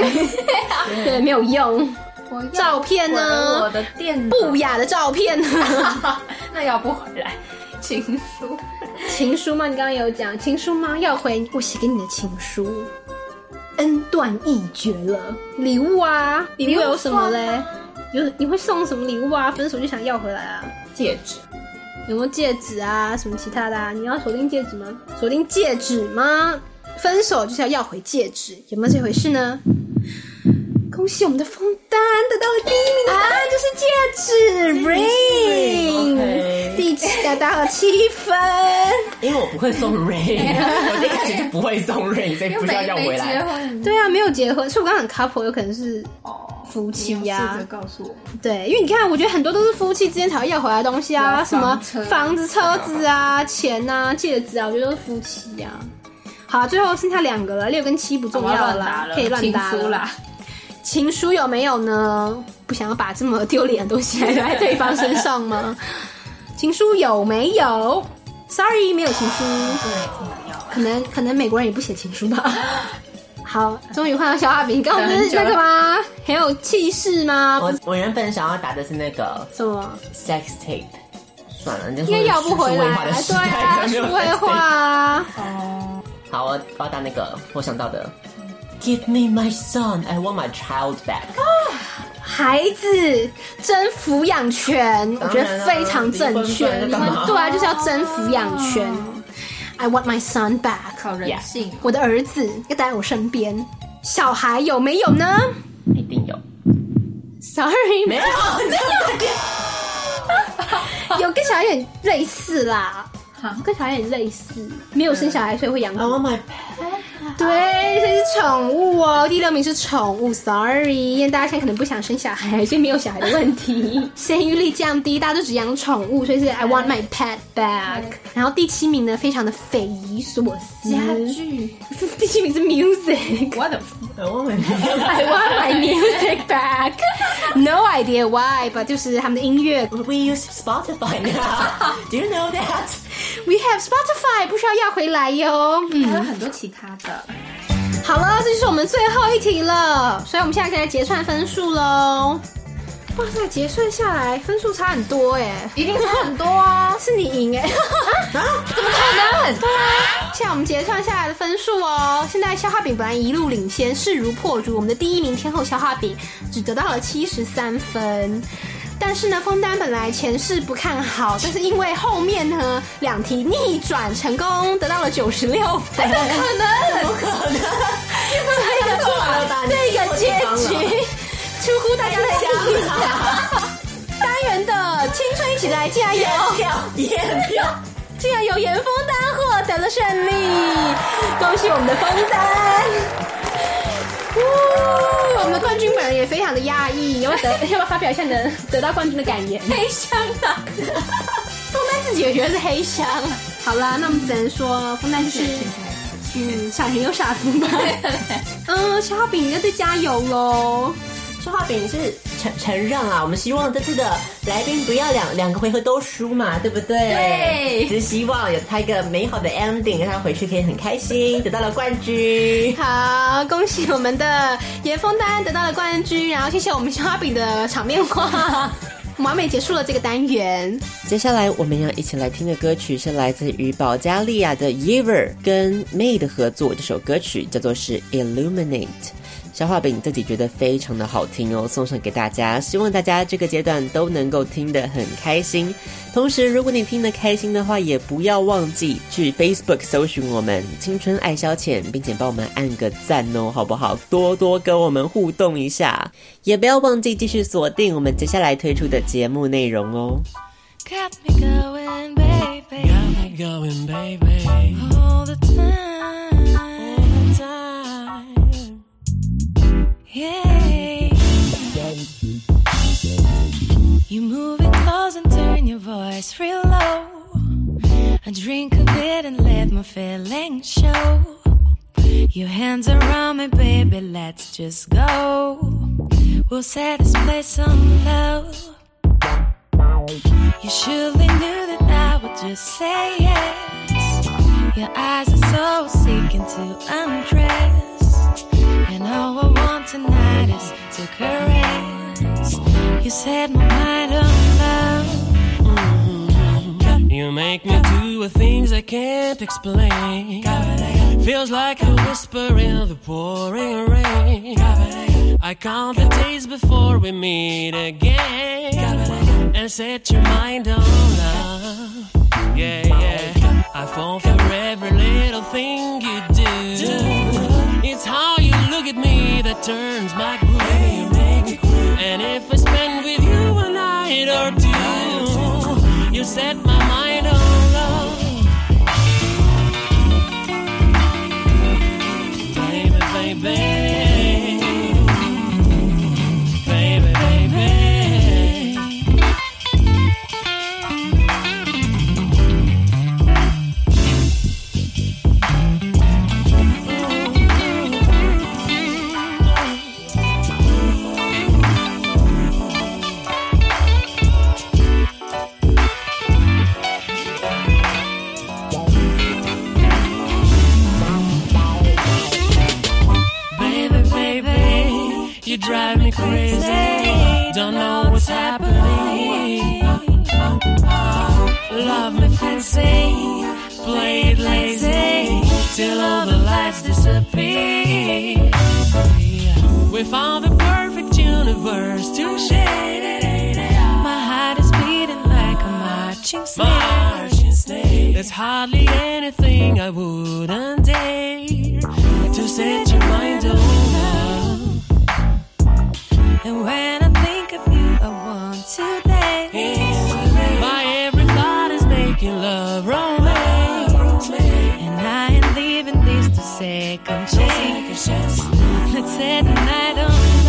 C: <laughs> 对，没有用。
E: 我要
C: 照片呢
E: 回我的电脑
C: 不雅的照片呢？
E: <laughs> 那要不回来，情书
C: 情书吗？你刚刚有讲情书吗？要回我写给你的情书，恩断义绝了。礼物啊，礼物有什么嘞？有你会送什么礼物啊？分手就想要回来啊？
E: 戒指，
C: 有没有戒指啊？什么其他的啊？你要锁定戒指吗？锁定戒指吗？分手就是要要回戒指，有没有这回事呢？恭喜我们的枫丹得到了第一名的答案，就是戒指 ring，
D: OK
C: 第七得到了七分。
D: 因为我不会
C: <laughs>
D: 送 Ray，我一开始就不会送 Ray，所以
E: 又
D: 不要
E: 没
D: 要
E: 没
D: 回
E: 结
D: 来。
E: 婚
C: 对啊，没有结婚，所以我刚刚很 couple 有可能是
E: 哦，
C: 夫妻
E: 你
C: 呀、
E: 要试着告诉我们，
C: 对，因为你看，我觉得很多都是夫妻之间才会要回来的东西啊，
E: 有
C: 什么
E: 房车
C: 房子、车子啊、钱啊、戒指啊，我觉得都是夫妻呀、好，最后剩下两个了，六跟七不重
E: 我
C: 要
E: 乱打了，
C: 可以乱
E: 情
C: 搭
E: 书啦。
C: 情书有没有呢？不想要把这么丢脸的东西还留在对方身上吗？ <laughs> 情书有没有？Sorry，没有情书。可能可能美国人也不写情书
D: <laughs>
C: 吧。好，终于换到小画饼，刚刚不是那个吗？很有气势吗？
D: 我我原本想要打的是那个
C: 什么？
D: sex tape，算了，你
C: 因为要不回来，
D: 的时
C: 对
D: 代
C: 啊，
D: 没
C: 数
D: 有
C: 位
D: <laughs> sex tape
C: 化啊，
E: 哦，
D: 好，我我要打那个我想到的。Give me my son, I want my child back。
C: 孩子争抚养权，我觉得非常正确
D: 当然啊。离婚不然在干嘛
C: 对啊，就是要争抚养权。I want my son back，
E: 靠人性，
C: 我的儿子要待在我身边。小孩有没有呢
D: 一定有，
C: ？Sorry，
D: 没有？
C: <laughs> 有跟小孩有点类似啦
E: 哈，
C: 跟小孩有点类似，没有生小孩所以会养狗
D: I want my
C: 对，这是宠物哦，第六名是宠物，sorry，因为大家现在可能不想生小孩，所以没有小孩的问 <laughs> 题，生育率降低，大家都只养宠物，所以是 I want my pet back。然后第七名呢，非常的匪夷所思，
E: 具，
C: 第七名是 music。
E: 我的
D: I want my
C: <laughs>
D: <laughs>
C: I want my music back. No idea why, but 就是他们的音乐。
D: We use Spotify now. Do you know that?
C: We have Spotify，不需要要回来哟。嗯，
E: 还有很多其他的，
C: 好了，这就是我们最后一题了，所以我们现在可以来结算分数喽。哇塞，结算下来分数差很多哎、，
E: 一定是很多啊
C: 是你赢哎、
E: 怎么可能？
C: 现在我们结算下来的分数哦，现在消化饼本来一路领先，势如破竹，我们的第一名天后消化饼只得到了七十三分。但是呢，枫丹本来前势不看好，但是因为后面呢两题逆转成功，得到了九十六分，怎么可能？怎么可能？这个这个结局出乎大家的意料。单元的青春一起来，加油！
E: 哦
D: 验票。
C: 竟然有严枫丹获得了胜利，恭喜我们的枫丹！ <laughs> 呜，我们的冠军本人也非常的压抑，要不要得要不要发表一下你的得到冠军的感言？黑箱啊的， <laughs> 枫丹自己也觉得是黑箱。好啦，那我们只能说枫丹就是。嗯，傻人有傻福 <laughs> 吧。嗯，小饼要再加油喽！
D: 说话饼是承承让啊，我们希望这次的来宾不要两两个回合都输嘛，对不对？
E: 对
D: 只是希望有他一个美好的 ending，让他回去可以很开心，得到了冠军。
C: 好，恭喜我们的严枫丹得到了冠军，然后谢谢我们小饼的场面话。完美结束了这个单元。
D: 接下来我们要一起来听的歌曲是来自于保加利亚的 Yever 跟 May 的合作，这首歌曲叫做是 Illuminate。消化饼自己觉得非常的好听哦，送上给大家，希望大家这个阶段都能够听得很开心。同时，如果你听得开心的话，也不要忘记去 Facebook 搜寻我们“青春爱消遣”，并且帮我们按个赞哦，好不好？多多跟我们互动一下，也不要忘记继续锁定我们接下来推出的节目内容哦。
G: Got me going, baby. Got me going, baby. All the time. All the time. Yeah. You move it close and turn your voice real low. I drink a bit and let my feelings show. Your hands around me, baby. Let's just go. We'll set this place on low. You surely knew that I would just say yes. Your eyes are so seeking to undress. And all I want tonight is to caress. You set my mind on love.
H: You make me do things I can't explain. Feels like a whisper in the pouring rain. I count the days before we meet again. And set your mind on love. Yeah, yeah. I fall for every little thing you do. It's how you look at me that turns my groove. And if I spend with you a night or two, you set my mind on love. Baby, baby. Baby, baby. Baby, baby, you drive me crazy. Don't know what's happening. Love me fancy, play it lazy till all the lights disappear. We found the perfect universe to share. My heart is beating like a marching snake. There's hardly anything I wouldn't dare to set your mind on love. And when I think of you, I want to dance. My every thought is making love romance. And I ain't leaving this to second chance. Let's set a night on love. Uh, oh,